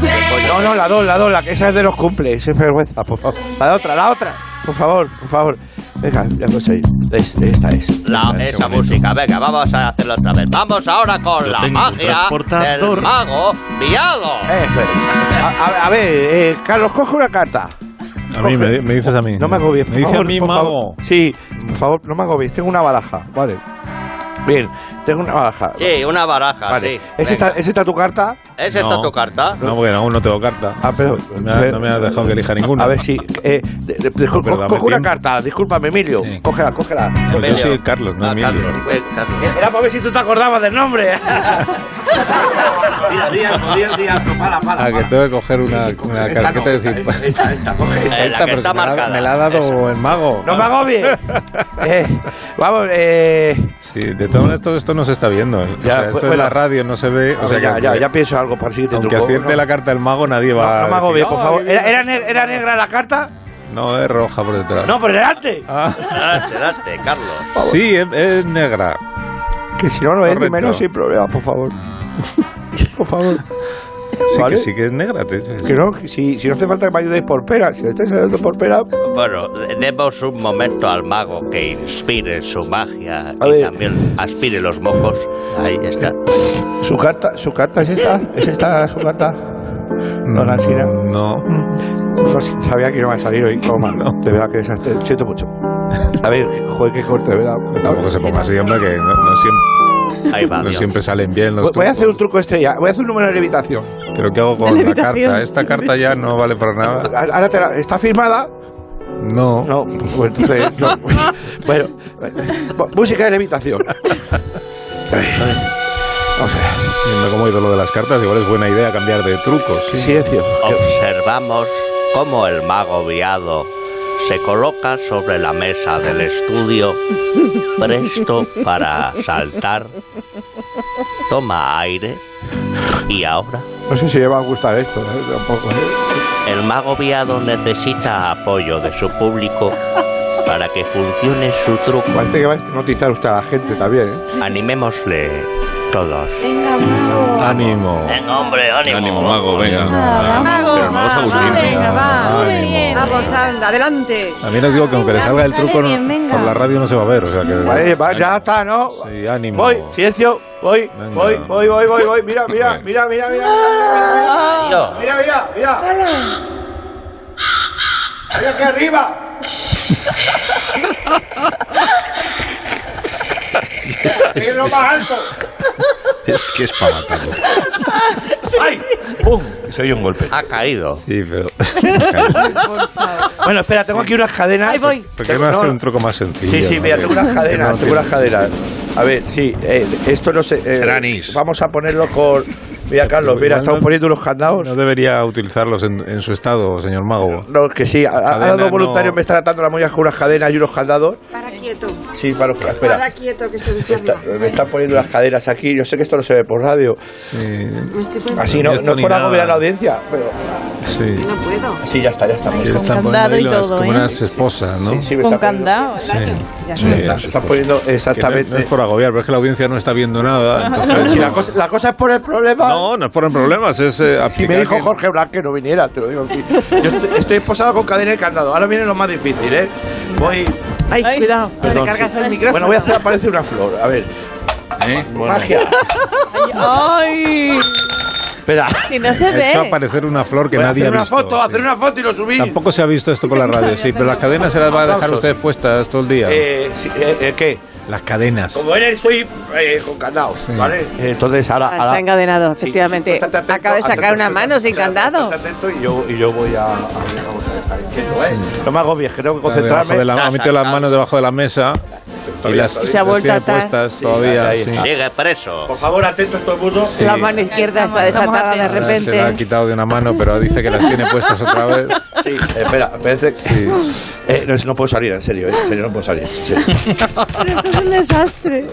Speaker 4: pues no, no, la dos, la dos, la que esa es de los cumples, es vergüenza, por favor. La otra, la otra, por favor, por favor. Venga, ya lo sé. Es- esta es.
Speaker 13: La-
Speaker 4: Esta es,
Speaker 13: esa
Speaker 4: qué bonito.
Speaker 13: música, venga, vamos a hacerlo otra vez. Vamos ahora con la
Speaker 4: tengo un
Speaker 13: magia
Speaker 4: transportador.
Speaker 13: del mago viado.
Speaker 4: Eso es. A, a- a ver, eh, Carlos, coge una carta.
Speaker 1: A mí, me, me dices a mí.
Speaker 4: No me agobies. por
Speaker 1: Me dice
Speaker 4: favor,
Speaker 1: a mí,
Speaker 4: por
Speaker 1: mago.
Speaker 4: favor. Sí, por favor, no me agobies. Tengo una baraja, vale. Bien, tengo una baraja.
Speaker 13: Sí, una baraja,
Speaker 4: Vale.
Speaker 13: sí.
Speaker 4: ¿Es esta, ¿Es esta tu carta?
Speaker 13: ¿Es esta
Speaker 1: No.
Speaker 13: tu carta?
Speaker 1: No, porque aún no tengo carta.
Speaker 4: Ah, pero-
Speaker 1: No me ha- no me ha dejado que elija ninguna.
Speaker 4: A ver si. Eh, de- de- de- co-
Speaker 1: Pero dame
Speaker 4: coge una
Speaker 1: tiempo.
Speaker 4: carta, discúlpame, Emilio. Cógela, cógela.
Speaker 1: Pues yo
Speaker 13: Emilio.
Speaker 1: soy Carlos,
Speaker 4: Ah,
Speaker 1: no Emilio.
Speaker 13: Eh, Carlos.
Speaker 4: Era para ver si tú te acordabas del nombre. Mira, día, día, día, para, para.
Speaker 1: Ah, que tengo que coger una, una
Speaker 4: esta
Speaker 1: carpeta
Speaker 4: no,
Speaker 1: y decir.
Speaker 4: esta, esta, esta, coge esta.
Speaker 13: Eh, la que
Speaker 1: pero
Speaker 13: está
Speaker 1: si me la-
Speaker 13: marcada.
Speaker 1: Me la ha dado el mago.
Speaker 4: ¡No me agobies! Eh, vamos, eh.
Speaker 1: Sí, de todas maneras, todo esto no se está viendo. ¿eh? O
Speaker 4: Ya,
Speaker 1: sea, esto
Speaker 4: bueno.
Speaker 1: es la radio, no se ve.
Speaker 4: a
Speaker 1: O sea,
Speaker 4: ver, ya,
Speaker 1: que-
Speaker 4: ya, ya pienso algo para el siguiente
Speaker 1: Aunque
Speaker 4: truco.
Speaker 1: acierte
Speaker 4: No,
Speaker 1: la carta del mago, nadie va
Speaker 4: no
Speaker 1: a. decir,
Speaker 4: me agobies,
Speaker 1: "No, eh,
Speaker 4: por favor. ¿Era, era ne- era negra la carta?
Speaker 1: No, es roja por detrás.
Speaker 4: No, por delante.
Speaker 1: Ah,
Speaker 13: Date, date, Carlos.
Speaker 1: sí, es, es negra.
Speaker 4: Que si no, no es,
Speaker 1: Correcto.
Speaker 4: menos sin problema, por favor. por favor.
Speaker 1: Sí,
Speaker 4: Vale.
Speaker 1: que, sí que es negra. te- sí, sí.
Speaker 4: Que no, que si, si no hace falta que me ayudéis por pera, si estáis ayudando por pera,
Speaker 13: Bueno, le- demos un momento al mago que inspire su magia
Speaker 4: A
Speaker 13: y
Speaker 4: ver.
Speaker 13: también aspire los mocos. Ahí está.
Speaker 4: ¿Su carta, su carta es esta? ¿Es esta su carta? Don Alsina.
Speaker 1: No.
Speaker 4: No s- Pues sabía que no iba a salir hoy. Toma, de verdad que desastre. Siento mucho. A ver, joder, qué corte, de verdad.
Speaker 1: Tampoco se ponga así, hombre, que no, no siempre,
Speaker 13: Ahí va.
Speaker 1: no
Speaker 13: Dios.
Speaker 1: siempre salen bien los
Speaker 4: Voy- Voy a
Speaker 1: trucos.
Speaker 4: hacer un truco estrella. Voy a hacer un número de levitación.
Speaker 1: Pero ¿qué hago con
Speaker 4: La
Speaker 1: la,
Speaker 4: habitación.
Speaker 1: carta? Esta carta ya no vale para nada.
Speaker 4: A- Ahora te la- ¿Está firmada?
Speaker 1: No.
Speaker 4: No, pues entonces. no. Bueno, bu- música de levitación. Vamos a ver.
Speaker 1: Viendo cómo he ido lo de las cartas, igual es buena idea cambiar de trucos.
Speaker 4: Silencio.
Speaker 13: Observamos cómo el mago viado se coloca sobre la mesa del estudio, presto para saltar. Toma aire. Y ahora
Speaker 4: No sé si le va a gustar esto, ¿eh? tampoco. ¿eh?
Speaker 13: el mago viado necesita apoyo de su público para que funcione su truco.
Speaker 4: Parece que va a hipnotizar usted a la gente también. ¿eh?
Speaker 13: Animémosle
Speaker 4: todos.
Speaker 1: Ánimo.
Speaker 13: Venga, hombre, ánimo.
Speaker 5: Ánimo, mago,
Speaker 1: Ah,
Speaker 5: venga.
Speaker 3: Mago,
Speaker 5: Pero vamos, Agustín.
Speaker 3: Ah, venga, va.
Speaker 1: Ánimo.
Speaker 3: Vamos, anda, adelante.
Speaker 1: También os digo que aunque le salga el
Speaker 3: Sale
Speaker 1: truco, no-
Speaker 3: bien, venga.
Speaker 1: por la radio no se va a ver. O sea que,
Speaker 4: Vale, va, ya está, ¿no?
Speaker 1: Sí, ánimo.
Speaker 4: Voy, silencio, voy,
Speaker 1: Venga.
Speaker 4: voy, voy, voy, voy, voy. Mira, mira, mira, mira, mira. Mira, mira, mira. Mira, Mira aquí arriba. Es lo más alto.
Speaker 6: Es que es para matarlo.
Speaker 4: ¡Ay! ¡Pum! Se oye un golpe. Ha caído.
Speaker 1: Sí, pero.
Speaker 4: Bueno, espera, tengo aquí unas cadenas. Ahí voy.
Speaker 1: ¿Por qué no hace un truco más sencillo?
Speaker 4: Sí, sí, mira, tengo unas cadenas, tengo unas cadenas. A ver, sí, eh, esto no sé. eh, Vamos a ponerlo con. Mira, Carlos, mira, estamos poniendo unos candados.
Speaker 1: Pues No debería utilizarlos en, en su estado, señor mago.
Speaker 4: No, que sí, a- a- ahora
Speaker 1: Cadena,
Speaker 4: los voluntarios
Speaker 1: no.
Speaker 4: me están atando las muñecas con unas cadenas y unos candados.
Speaker 14: Para quieto.
Speaker 4: Sí, para espera.
Speaker 14: quieto que se
Speaker 4: Está- me están poniendo las cadenas aquí. Yo sé que esto no se ve por radio.
Speaker 1: Sí.
Speaker 4: Así no,
Speaker 1: Esto
Speaker 4: no es
Speaker 1: ni
Speaker 4: por
Speaker 1: nada.
Speaker 4: agobiar a la audiencia, pero.
Speaker 1: Sí.
Speaker 14: No puedo.
Speaker 4: Sí, ya está, ya está.
Speaker 1: Y están
Speaker 2: candado
Speaker 1: poniendo ahí
Speaker 2: y
Speaker 1: las-
Speaker 2: todo,
Speaker 1: como
Speaker 2: ¿eh?
Speaker 1: unas esposas, ¿no?
Speaker 4: Sí, me
Speaker 2: Con
Speaker 4: está poniendo-
Speaker 2: candado.
Speaker 4: Ya está. Está- está poniendo exactamente-
Speaker 1: Que No, no es por agobiar, pero es que la audiencia no está viendo nada. entonces-
Speaker 4: Si la, cosa, la cosa es por el problema.
Speaker 1: No, no es por problemas, es eh,
Speaker 4: Si me
Speaker 1: aplicar
Speaker 4: dijo
Speaker 1: que-
Speaker 4: Jorge Blas que no viniera, te lo digo. aquí. Yo estoy, estoy esposado con cadena y candado. Ahora viene lo más difícil, ¿eh? Voy.
Speaker 3: Ay, cuidado, te
Speaker 4: Perdón,
Speaker 3: cargas
Speaker 4: sí.
Speaker 3: el micrófono.
Speaker 4: Bueno, voy a hacer aparecer una flor. A ver. Magia.
Speaker 3: Ay.
Speaker 4: Espera.
Speaker 3: Si no se ve.
Speaker 1: Eso va a parecer una flor que
Speaker 4: Voy a
Speaker 1: nadie ha
Speaker 4: hacer una
Speaker 1: visto. eh.
Speaker 4: foto, hacer una foto y lo subí.
Speaker 1: Tampoco se ha visto esto con la radio, sí, pero las cadenas se las va a dejar
Speaker 4: Aplausos.
Speaker 1: ustedes puestas todo el día.
Speaker 4: Eh, sí, eh, eh, ¿Qué?
Speaker 1: Las cadenas.
Speaker 4: Como él estoy eh, con candado, ¿vale? Eh, Entonces ahora.
Speaker 3: Ah,
Speaker 4: ahora-
Speaker 3: Está encadenado, efectivamente. Acaba de sacar una mano sin candado.
Speaker 4: y, yo, y yo voy a. a ver, vamos a dejar quieto, ¿eh? No me hago bien, que tengo que
Speaker 1: Está debajo
Speaker 4: concentrarme.
Speaker 1: de la- ha metido las manos debajo de la mesa y las,
Speaker 4: Se ha
Speaker 1: las
Speaker 4: vuelto
Speaker 1: tiene
Speaker 4: a atar.
Speaker 1: puestas
Speaker 4: Sí,
Speaker 1: todavía.
Speaker 4: ahí.
Speaker 1: sí.
Speaker 13: Sigue preso.
Speaker 4: Por favor, atentos todo el mundo.
Speaker 1: Sí.
Speaker 3: La mano izquierda está desatada de
Speaker 1: Ahora Se la ha
Speaker 3: repente.
Speaker 1: quitado de una mano, pero dice que las tiene puestas otra vez.
Speaker 4: Sí, espera, parece que. Eh, no, no puedo salir, en serio, eh, en serio, no puedo salir. en serio.
Speaker 3: Pero esto es un desastre.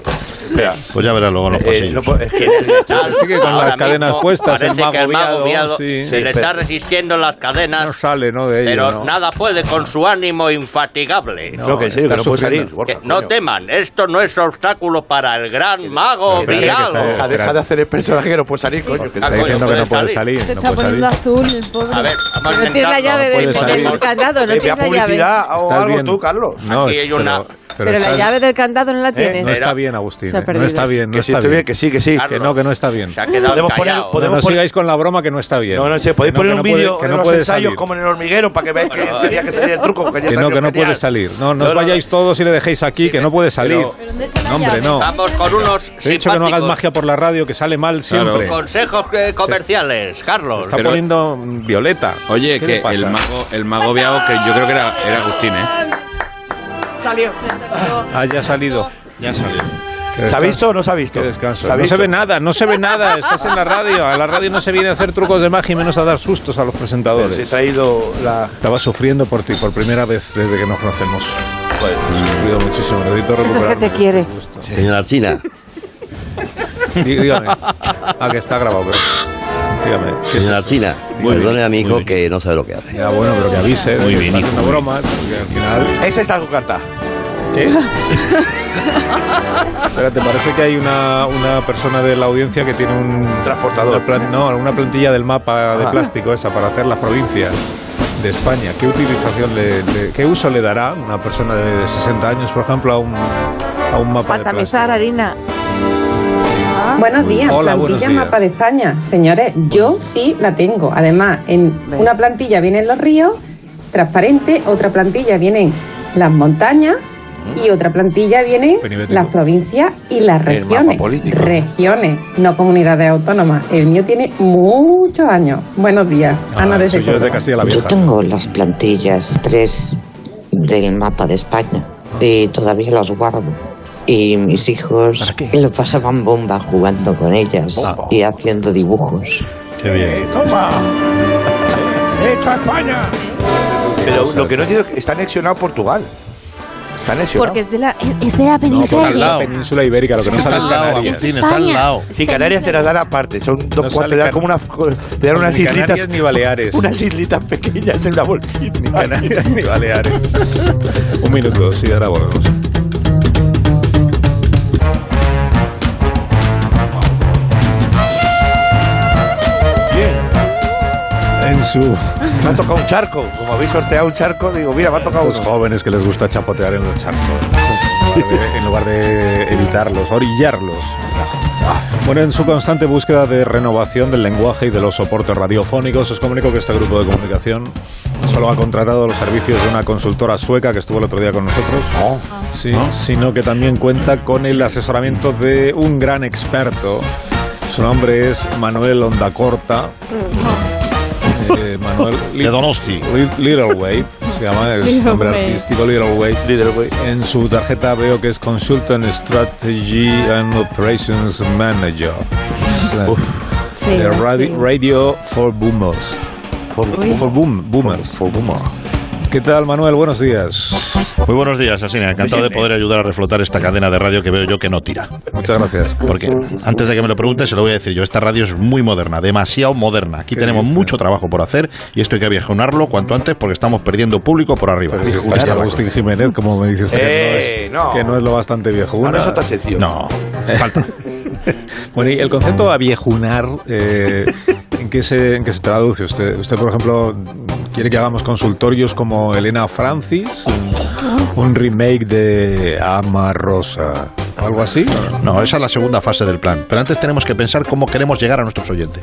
Speaker 4: Espera. Eh,
Speaker 6: Pues ya verás luego en los pasillos.
Speaker 4: no puedo- es que-
Speaker 13: Tal,
Speaker 1: Sigue con
Speaker 13: ahora
Speaker 1: las cadenas
Speaker 13: mismo
Speaker 1: puestas, el
Speaker 13: parece
Speaker 1: mago
Speaker 13: que el mago
Speaker 1: viado,
Speaker 13: viado
Speaker 1: sí.
Speaker 13: se le está resistiendo las cadenas,
Speaker 1: No sale, ¿no? De ello,
Speaker 13: pero
Speaker 1: ¿no?
Speaker 13: nada puede con su ánimo infatigable.
Speaker 4: Creo que en serio, que no
Speaker 1: está
Speaker 4: puedo
Speaker 1: sufriendo.
Speaker 4: salir. Borja,
Speaker 13: Que no
Speaker 4: coño.
Speaker 13: teman, esto no es obstáculo para el gran mago
Speaker 4: Espera, que está-
Speaker 13: Vidal.
Speaker 4: deja, deja de hacer el personaje que no puedo salir, coño.
Speaker 1: Está diciendo que no puede salir.
Speaker 2: Se
Speaker 1: no
Speaker 2: está
Speaker 1: puede salir.
Speaker 2: poniendo azul el pobre.
Speaker 13: A ver, vamos a
Speaker 3: No tienes la
Speaker 13: intentarlo.
Speaker 3: llave
Speaker 1: puede
Speaker 3: del,
Speaker 1: salir.
Speaker 3: del candado, no
Speaker 4: Eh, ve a
Speaker 3: tienes la llave.
Speaker 4: publicidad o
Speaker 1: Estás
Speaker 4: algo
Speaker 1: bien.
Speaker 4: tú, Carlos.
Speaker 1: No,
Speaker 13: Aquí hay
Speaker 1: pero-
Speaker 13: una-
Speaker 1: pero
Speaker 3: Pero la
Speaker 1: estás- Eh,
Speaker 3: llave del candado no la tienes.
Speaker 1: No está bien, Agustín. eh.
Speaker 3: Se ha
Speaker 1: No
Speaker 3: perdido.
Speaker 1: está bien, no
Speaker 4: Que sí,
Speaker 1: está
Speaker 4: estoy bien,
Speaker 1: bien.
Speaker 4: que sí, que sí.
Speaker 13: Carlos,
Speaker 1: Que no, que no está bien.
Speaker 13: Se ha quedado
Speaker 4: Podemos poner-
Speaker 13: callado.
Speaker 1: No,
Speaker 4: podemos-
Speaker 1: no
Speaker 4: poner-
Speaker 1: sigáis con la broma que no está bien.
Speaker 4: No, no sé, podéis
Speaker 1: Que no,
Speaker 4: poner
Speaker 1: que
Speaker 4: un
Speaker 1: no puede-
Speaker 4: vídeo
Speaker 1: que
Speaker 4: de
Speaker 1: no
Speaker 4: los
Speaker 1: puede
Speaker 4: ensayos
Speaker 1: salir.
Speaker 4: como en el hormiguero para que veáis que
Speaker 13: Bueno,
Speaker 4: tenía que salir el truco. Que, ya
Speaker 1: Que no,
Speaker 4: salió
Speaker 1: que no
Speaker 4: genial.
Speaker 1: puede salir. No, no
Speaker 4: No,
Speaker 1: os
Speaker 4: no,
Speaker 1: vayáis todos y le dejéis aquí, que no puede salir.
Speaker 2: ¿Pero dónde está la
Speaker 1: No, hombre,
Speaker 2: llave?
Speaker 1: no.
Speaker 13: Vamos con unos
Speaker 1: He dicho que no hagas
Speaker 13: simpáticos
Speaker 1: magia por la radio, que sale mal siempre.
Speaker 13: consejos eh, comerciales, Carlos.
Speaker 1: Está
Speaker 5: Pero-
Speaker 1: poniendo mm, violeta.
Speaker 5: Oye,
Speaker 1: ¿Qué
Speaker 5: que
Speaker 1: le pasa?
Speaker 5: el mago, el mago viado, que yo creo que era, era Agustín, ¿eh?
Speaker 3: Salió.
Speaker 1: Ah, ya ha salido.
Speaker 6: Ya salió.
Speaker 1: Qué
Speaker 4: ¿Se ha
Speaker 1: descanso,
Speaker 4: visto o no se ha visto?
Speaker 1: Qué descanso.
Speaker 4: ¿Se ha
Speaker 1: No
Speaker 4: visto?
Speaker 1: se ve nada, no se ve nada. Estás en la radio. A la radio no se viene a hacer trucos de magia y menos a dar sustos a los presentadores.
Speaker 4: Se ha traído la.
Speaker 1: Estaba sufriendo por ti por primera vez desde que nos conocemos. He sufrido muchísimo. Necesito
Speaker 3: Eso es que
Speaker 1: recuperarme.
Speaker 3: te quiere.
Speaker 12: Señora China,
Speaker 1: Dí- Dígame. Ah, que está grabado, pero. Dígame. ¿qué-
Speaker 12: señora China,
Speaker 5: Muy bien,
Speaker 12: perdone a mi
Speaker 5: muy
Speaker 12: hijo
Speaker 5: bien.
Speaker 12: que no sabe lo que hace.
Speaker 1: Ya, bueno, pero que avise. ¿eh?
Speaker 5: Muy
Speaker 1: que
Speaker 5: bien,
Speaker 1: está
Speaker 5: hijo,
Speaker 1: haciendo
Speaker 5: muy bien.
Speaker 1: bromas, porque al final.
Speaker 4: Esa está tu carta.
Speaker 1: Espérate, parece que hay una, una persona de la audiencia que tiene un.
Speaker 4: Transportador.
Speaker 1: una plan- no, una plantilla del mapa de
Speaker 4: Ajá.
Speaker 1: plástico esa para hacer las provincias de España. ¿Qué utilización le, le- qué uso le dará una persona de, de 60 años, por ejemplo, a un, a un mapa de plástico?
Speaker 3: Patamizar harina.
Speaker 15: Buenos días,
Speaker 1: Hola, buenos
Speaker 15: plantilla
Speaker 1: días.
Speaker 15: mapa de España. Señores, yo sí la tengo. Además, en
Speaker 3: Ven.
Speaker 15: una plantilla vienen los ríos, transparente, otra plantilla vienen las montañas
Speaker 1: Mm.
Speaker 15: y otra plantilla vienen
Speaker 1: Penibético.
Speaker 15: las provincias y las
Speaker 4: El mapa
Speaker 15: regiones.
Speaker 4: político.
Speaker 15: Regiones, no comunidades autónomas. El mío tiene muchos años. Bueos días.
Speaker 1: Ah,
Speaker 15: Ana
Speaker 1: eso
Speaker 15: de
Speaker 1: yo es de
Speaker 15: Córdoba.
Speaker 1: Castilla la
Speaker 16: Yo
Speaker 1: Vieja.
Speaker 16: tengo las plantillas tres del mapa de España y todavía las guardo. Y mis hijos lo pasaban bomba jugando con ellas
Speaker 1: Ah.
Speaker 4: Bomba.
Speaker 16: y haciendo dibujos.
Speaker 6: Qué bien.
Speaker 4: ¡Toma! ¡Hecho a España! Pero lo que no entiendo es que está anexionado Portugal. Está anexionado.
Speaker 7: Porque es de la, es- es de la
Speaker 6: No, por
Speaker 7: península.
Speaker 6: al lado.
Speaker 1: Península Ibérica, lo que no
Speaker 6: Está
Speaker 1: sale es
Speaker 6: al lado,
Speaker 1: Canarias.
Speaker 6: Agustín, está al lado.
Speaker 4: Sí, Canarias te las dan aparte. Son dos
Speaker 1: No
Speaker 4: cuartos,
Speaker 1: sale
Speaker 4: te dan
Speaker 1: Can-
Speaker 4: como una, te dan unas
Speaker 1: ni
Speaker 4: islitas.
Speaker 1: Canarias ni Baleares.
Speaker 4: Unas islitas pequeñas en la bolsita.
Speaker 1: Ni Canarias ni Baleares. Un minuto, sí, ahora volvemos. Su-
Speaker 4: Me ha tocado un charco. Como habéis sorteado un charco, digo, mira, me ha tocado
Speaker 1: Los
Speaker 4: uno.
Speaker 1: jóvenes que les gusta chapotear en los charcos. En lugar de- En lugar de evitarlos, orillarlos. Bueno, en su constante búsqueda de renovación del lenguaje y de los soportes radiofónicos, os comunico que este grupo de comunicación solo ha contratado los servicios de una consultora sueca que estuvo el otro día con nosotros,
Speaker 10: Oh.
Speaker 1: Sí, sino que también cuenta con el asesoramiento de un gran experto. Su nombre es Manuel Ondacorta.
Speaker 10: Mm.
Speaker 1: Eh, Manuel de Donosti. Little Wave se llama el
Speaker 10: Little
Speaker 1: nombre
Speaker 10: Wave.
Speaker 1: artístico Little Wave. En su tarjeta veo que es Consultant Strategy and Operations Manager. Es, eh,
Speaker 10: Sí,
Speaker 1: de radi-
Speaker 10: sí.
Speaker 1: Radio for Boomers. For,
Speaker 10: Uy.
Speaker 1: for boom, Boomers. ¿Qué tal, Manuel? Buenos días.
Speaker 6: Muy buenos días, Asina. Encantado de poder ayudar a reflotar esta cadena de radio que veo yo que no tira.
Speaker 1: Muchas gracias.
Speaker 6: Porque antes de que me lo pregunte, se lo voy a decir yo. Esta radio es muy moderna, demasiado moderna. Aquí tenemos mucho trabajo por hacer y esto hay que aviajonarlo cuanto antes porque estamos perdiendo público por arriba.
Speaker 1: Ahí está Agustín Jiménez, como me dice usted, que, no es, que no es lo bastante viejo.
Speaker 6: Eh, No, falta.
Speaker 1: bueno, y el concepto aviejunar, eh, ¿en, qué se, ¿en qué se traduce usted? ¿Usted, por ejemplo, quiere que hagamos consultorios como Elena Francis? ¿Un, un remake de Ama Rosa? ¿O algo así?
Speaker 6: No, esa es la segunda fase del plan. Pero antes tenemos que pensar cómo queremos llegar a nuestros oyentes.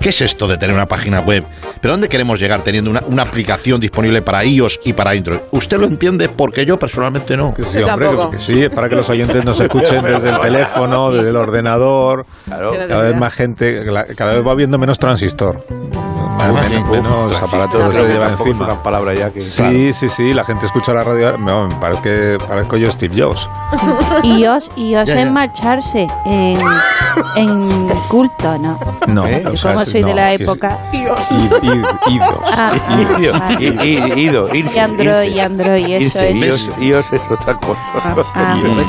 Speaker 6: ¿Qué es esto de tener una página web? ¿Pero dónde queremos llegar teniendo una, una aplicación disponible para iOS y para Android? Usted lo entiende porque yo personalmente no.
Speaker 1: Sí, hombre, que, que sí, es para que los oyentes nos escuchen desde el teléfono, desde el ordenador. Cada vez más gente, la- cada vez va habiendo menos transistor.
Speaker 4: Además,
Speaker 1: menos
Speaker 4: sí.
Speaker 1: menos
Speaker 4: Transistor,
Speaker 1: aparatos
Speaker 4: creo
Speaker 1: se
Speaker 4: que
Speaker 1: lleva
Speaker 4: tampoco es
Speaker 1: encima.
Speaker 4: una palabra ya que-
Speaker 1: sí,
Speaker 4: Claro.
Speaker 1: sí, sí, la gente escucha la radio. No, me parece que parezco yo Steve Jobs.
Speaker 14: Y os, y os
Speaker 1: Ya, ya.
Speaker 14: en marcharse en, en culto, ¿no?
Speaker 1: No,
Speaker 14: ¿Eh?
Speaker 1: o
Speaker 14: Yo
Speaker 1: sea,
Speaker 14: como
Speaker 1: es-
Speaker 14: soy de
Speaker 1: no,
Speaker 14: la
Speaker 1: es-
Speaker 14: época.
Speaker 1: y- y- idos.
Speaker 14: Ah,
Speaker 4: Ido,
Speaker 14: ah,
Speaker 4: i- i- ido, irse,
Speaker 14: Y Android,
Speaker 4: irse.
Speaker 14: y Android, eso
Speaker 4: Irse,
Speaker 14: es. Ah,
Speaker 4: iOS, iOS es otra cosa.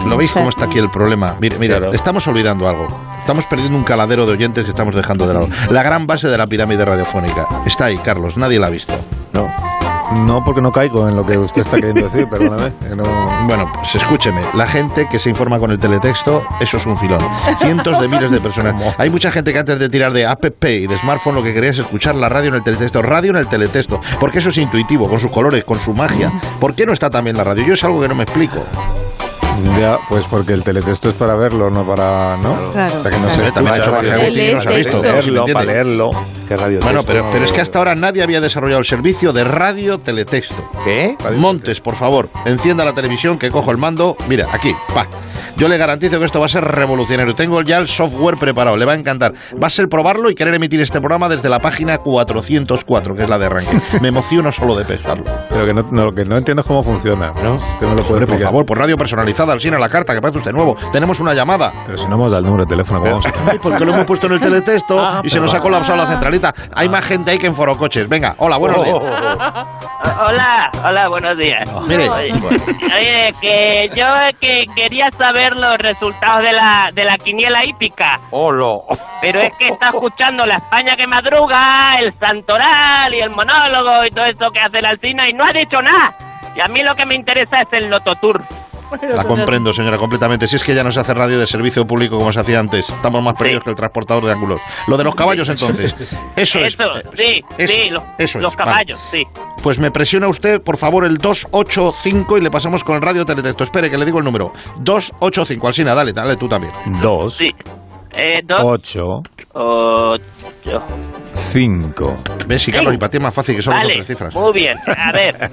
Speaker 6: ¿Lo veis cómo está aquí el problema? Mire, mire, estamos olvidando algo. Estamos perdiendo un caladero de oyentes que estamos dejando de lado. La gran base de la pirámide radiofónica. Está ahí, Carlos. Nadie la ha visto. No.
Speaker 1: No, porque no caigo en lo que usted está queriendo decir, perdóname. que no-
Speaker 6: Bueno, pues escúcheme, la gente que se informa con el teletexto, eso es un filón. Cientos de miles de personas. Hay mucha gente que antes de tirar de app y de smartphone lo que quería es escuchar la radio en el teletexto, radio en el teletexto, porque eso es intuitivo, con sus colores, con su magia. ¿Por qué no está también la radio? Yo es algo que no me explico.
Speaker 1: Ya, pues porque el teletexto es para verlo, no para. ¿No?
Speaker 6: Claro.
Speaker 1: Para que no
Speaker 6: Claro.
Speaker 1: se
Speaker 6: Hombre,
Speaker 1: escucha.
Speaker 6: también eso baja Agustín y no se ha
Speaker 1: Para
Speaker 6: visto, si me
Speaker 1: leerlo,
Speaker 6: entiende.
Speaker 1: para leerlo.
Speaker 6: Bueno, pero, pero es que hasta ahora nadie había desarrollado el servicio de radio teletexto. ¿Qué? Montes, por favor, encienda la televisión que cojo el mando. Mira, aquí, pa. Yo le garantizo que esto va a ser revolucionario. Tengo ya el software preparado, le va a encantar. Va a ser probarlo y querer emitir este programa desde la página 404, que es la de arranque. Me emociono solo de pensarlo.
Speaker 1: Pero que no, no, lo que no entiendo es cómo funciona. ¿no? Usted me lo puede
Speaker 6: Hombre, por
Speaker 1: explicar.
Speaker 6: favor, por radio personalizada, al cine, a la carta, que parece usted nuevo. Tenemos una llamada.
Speaker 1: Pero si no hemos dado el número de teléfono, ¿cómo vamos a Ah,
Speaker 6: Ay, porque lo hemos puesto en el teletexto y se nos ha
Speaker 1: perdón. Ah.
Speaker 6: colapsado la centralita. Hay más gente ahí que en forocoches. Venga, hola, Ah, buenos
Speaker 17: Oh,
Speaker 6: días.
Speaker 17: Hola, hola, buenos días.
Speaker 6: Mire.
Speaker 17: Oye, oye, que yo que quería saber los resultados de la, de la quiniela hípica,
Speaker 4: Hola.
Speaker 17: pero es que está escuchando la España que madruga, el santoral y el monólogo y todo eso que hace la Alcina y no ha dicho nada. Y a mí lo que me interesa es el Lototour.
Speaker 6: La comprendo, señora, completamente. Si es que ya no se hace radio de servicio público como se hacía antes. Estamos más perdidos que el transportador de ángulos. Lo de los caballos, entonces. Eso es. Eh,
Speaker 17: sí,
Speaker 6: eso-
Speaker 17: sí, los,
Speaker 6: eso es,
Speaker 17: los
Speaker 6: vale.
Speaker 17: caballos, sí.
Speaker 6: Pues me presiona usted, por favor, el 285 y le pasamos con el radio teletexto. Espere, que le digo el número. 285. Alcina, dale, dale tú también.
Speaker 1: Dos.
Speaker 17: Eh, dos,
Speaker 1: Ocho.
Speaker 17: ocho.
Speaker 1: Cinco.
Speaker 6: ¿Ves? Y Carlos, y para ti es más fácil, que solo son tres cifras. ¿eh?
Speaker 17: Muy bien, a ver.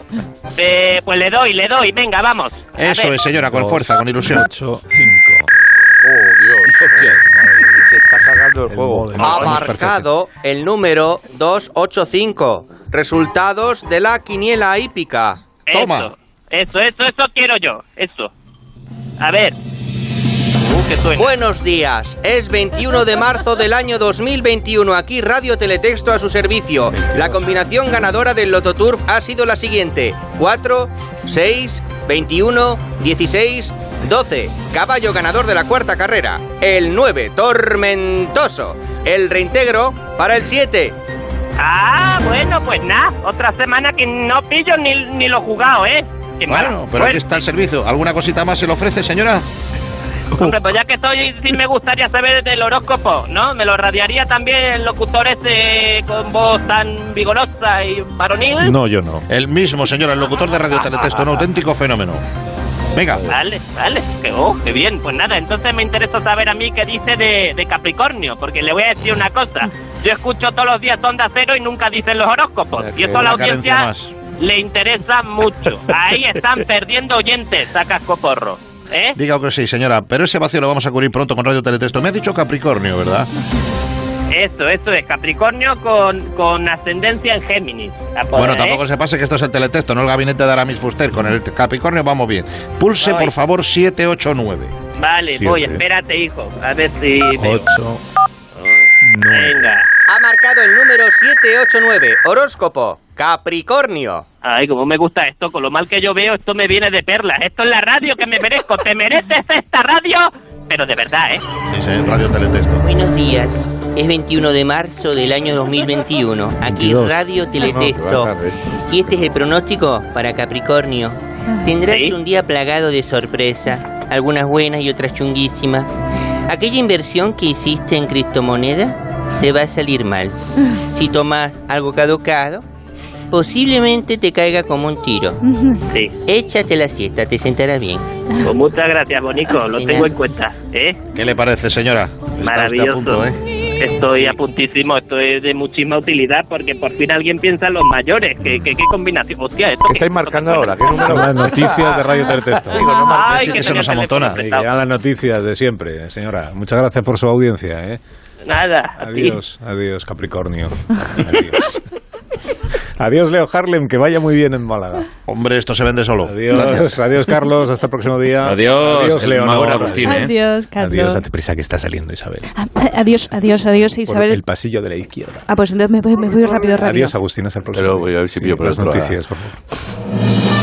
Speaker 17: Eh, pues le doy, le doy, venga, vamos. A
Speaker 6: Eso
Speaker 17: ver.
Speaker 6: es, señora, con
Speaker 1: Dos,
Speaker 6: fuerza, con ilusión.
Speaker 1: 8, 5.
Speaker 4: Oh, Dios. Hostia, madre mía, se está cagando el juego.
Speaker 13: Ha marcado el número 285. Resultados de la quiniela hípica.
Speaker 17: Eso, Eso, eso, eso quiero yo, eso. A ver. Uh,
Speaker 13: Buenos días, es 21 de marzo del año 2021, aquí Radio Teletexto a su servicio. La combinación ganadora del Lototurf ha sido la siguiente, 4, 6, 21, 16, 12. Caballo ganador de la cuarta carrera, el 9, Tormentoso. El reintegro para el 7.
Speaker 17: Ah, bueno, pues nada, otra semana que no pillo ni, ni lo jugado, ¿eh? Qué malo.
Speaker 6: Bueno, pero aquí está el servicio. ¿Alguna cosita más se le ofrece, señora?
Speaker 17: Hombre, pues ya que estoy, sí me gustaría saber del horóscopo, ¿no? Me lo radiaría también el locutor ese con voz tan vigorosa y varonil.
Speaker 1: No, yo no.
Speaker 6: El mismo, señor, el locutor de Radio Teletexto, un auténtico fenómeno. Venga.
Speaker 17: Vale, vale, que oh, qué bien. Pues nada, entonces me interesa saber a mí qué dice de, de Capricornio, porque le voy a decir una cosa. Yo escucho todos los días Onda Cero y nunca dicen los horóscopos. Y eso a la
Speaker 6: Una carencia
Speaker 17: audiencia
Speaker 6: más.
Speaker 17: le interesa mucho. Ahí están perdiendo oyentes, sacas coporro. ¿Eh?
Speaker 6: Diga que sí, señora, pero ese vacío lo vamos a cubrir pronto con Radio Teletexto. Me ha dicho Capricornio, ¿verdad?
Speaker 17: Eso, eso es. Capricornio con, con ascendencia en Géminis. A por
Speaker 6: Bueno,
Speaker 17: ahí,
Speaker 6: tampoco
Speaker 17: ¿eh?
Speaker 6: se pase que esto es el teletexto, no el gabinete de Aramis Fuster. Con el Capricornio vamos bien. Pulse, por favor, 789.
Speaker 17: Vale, voy,
Speaker 6: Siete.
Speaker 17: espérate, hijo. A ver si... me-
Speaker 6: Ocho.
Speaker 17: Venga.
Speaker 13: Ha marcado el número 789, horóscopo, Capricornio.
Speaker 17: Ay, como me gusta esto, con lo mal que yo veo, esto me viene de perlas. Esto es la radio que me merezco. ¿Te mereces esta radio? Pero de verdad, ¿eh?
Speaker 6: Radio Teletexto.
Speaker 18: Buenos días. Es 21 de marzo del año 2021. Aquí
Speaker 13: 22.
Speaker 18: Radio
Speaker 13: No,
Speaker 18: Teletexto.
Speaker 13: que va tarde esto.
Speaker 18: Y este es el pronóstico para Capricornio. Tendrás un día plagado de sorpresa, algunas buenas y otras chunguísimas. Aquella inversión que hiciste en criptomonedas te va a salir mal. Si tomas algo caducado, posiblemente te caiga como un tiro.
Speaker 17: Sí.
Speaker 18: Échate la siesta, te sentará bien.
Speaker 17: Pues muchas gracias, Bonico. Lo tengo en cuenta, ¿eh?
Speaker 6: ¿Qué le parece, señora? Está usted a
Speaker 17: Maravilloso.
Speaker 6: punto, ¿eh?
Speaker 17: Estoy a puntísimo. Esto es de muchísima utilidad porque por fin alguien piensa en los mayores. ¿Qué, qué, qué combinación? Hostia, esto
Speaker 4: ¿Qué estáis marcando ahora? ¿Qué número?
Speaker 1: Las noticias de Radio Teletexto.
Speaker 4: Digo, no marques,
Speaker 17: Ay, que
Speaker 4: eso
Speaker 17: tenía
Speaker 4: nos
Speaker 17: el
Speaker 4: amontona.
Speaker 1: Y que hagan las noticias de siempre, señora. Muchas gracias por su audiencia. ¿eh?
Speaker 17: Nada, a ti.
Speaker 1: Adiós, adiós, Capricornio. Adiós. Adiós, Leo Harlem, que vaya muy bien en Málaga.
Speaker 6: Hombre, esto se vende solo.
Speaker 1: Adiós,
Speaker 6: Gracias.
Speaker 1: adiós Carlos, hasta el próximo día.
Speaker 5: Adiós, el
Speaker 1: Leonor.
Speaker 5: mago Agustín, ¿eh?
Speaker 2: Adiós, Carlos.
Speaker 1: Adiós, date prisa que está saliendo Isabel.
Speaker 2: Ah, ah, Adiós, adiós, adiós,
Speaker 1: Por
Speaker 2: Isabel.
Speaker 1: el pasillo de la izquierda.
Speaker 2: Ah, pues entonces me voy, me voy rápido, rápido.
Speaker 1: Adiós, Agustín, hasta el próximo. Pero voy a ver si
Speaker 4: pillo por
Speaker 1: las
Speaker 4: dentro a-
Speaker 1: noticias, por favor.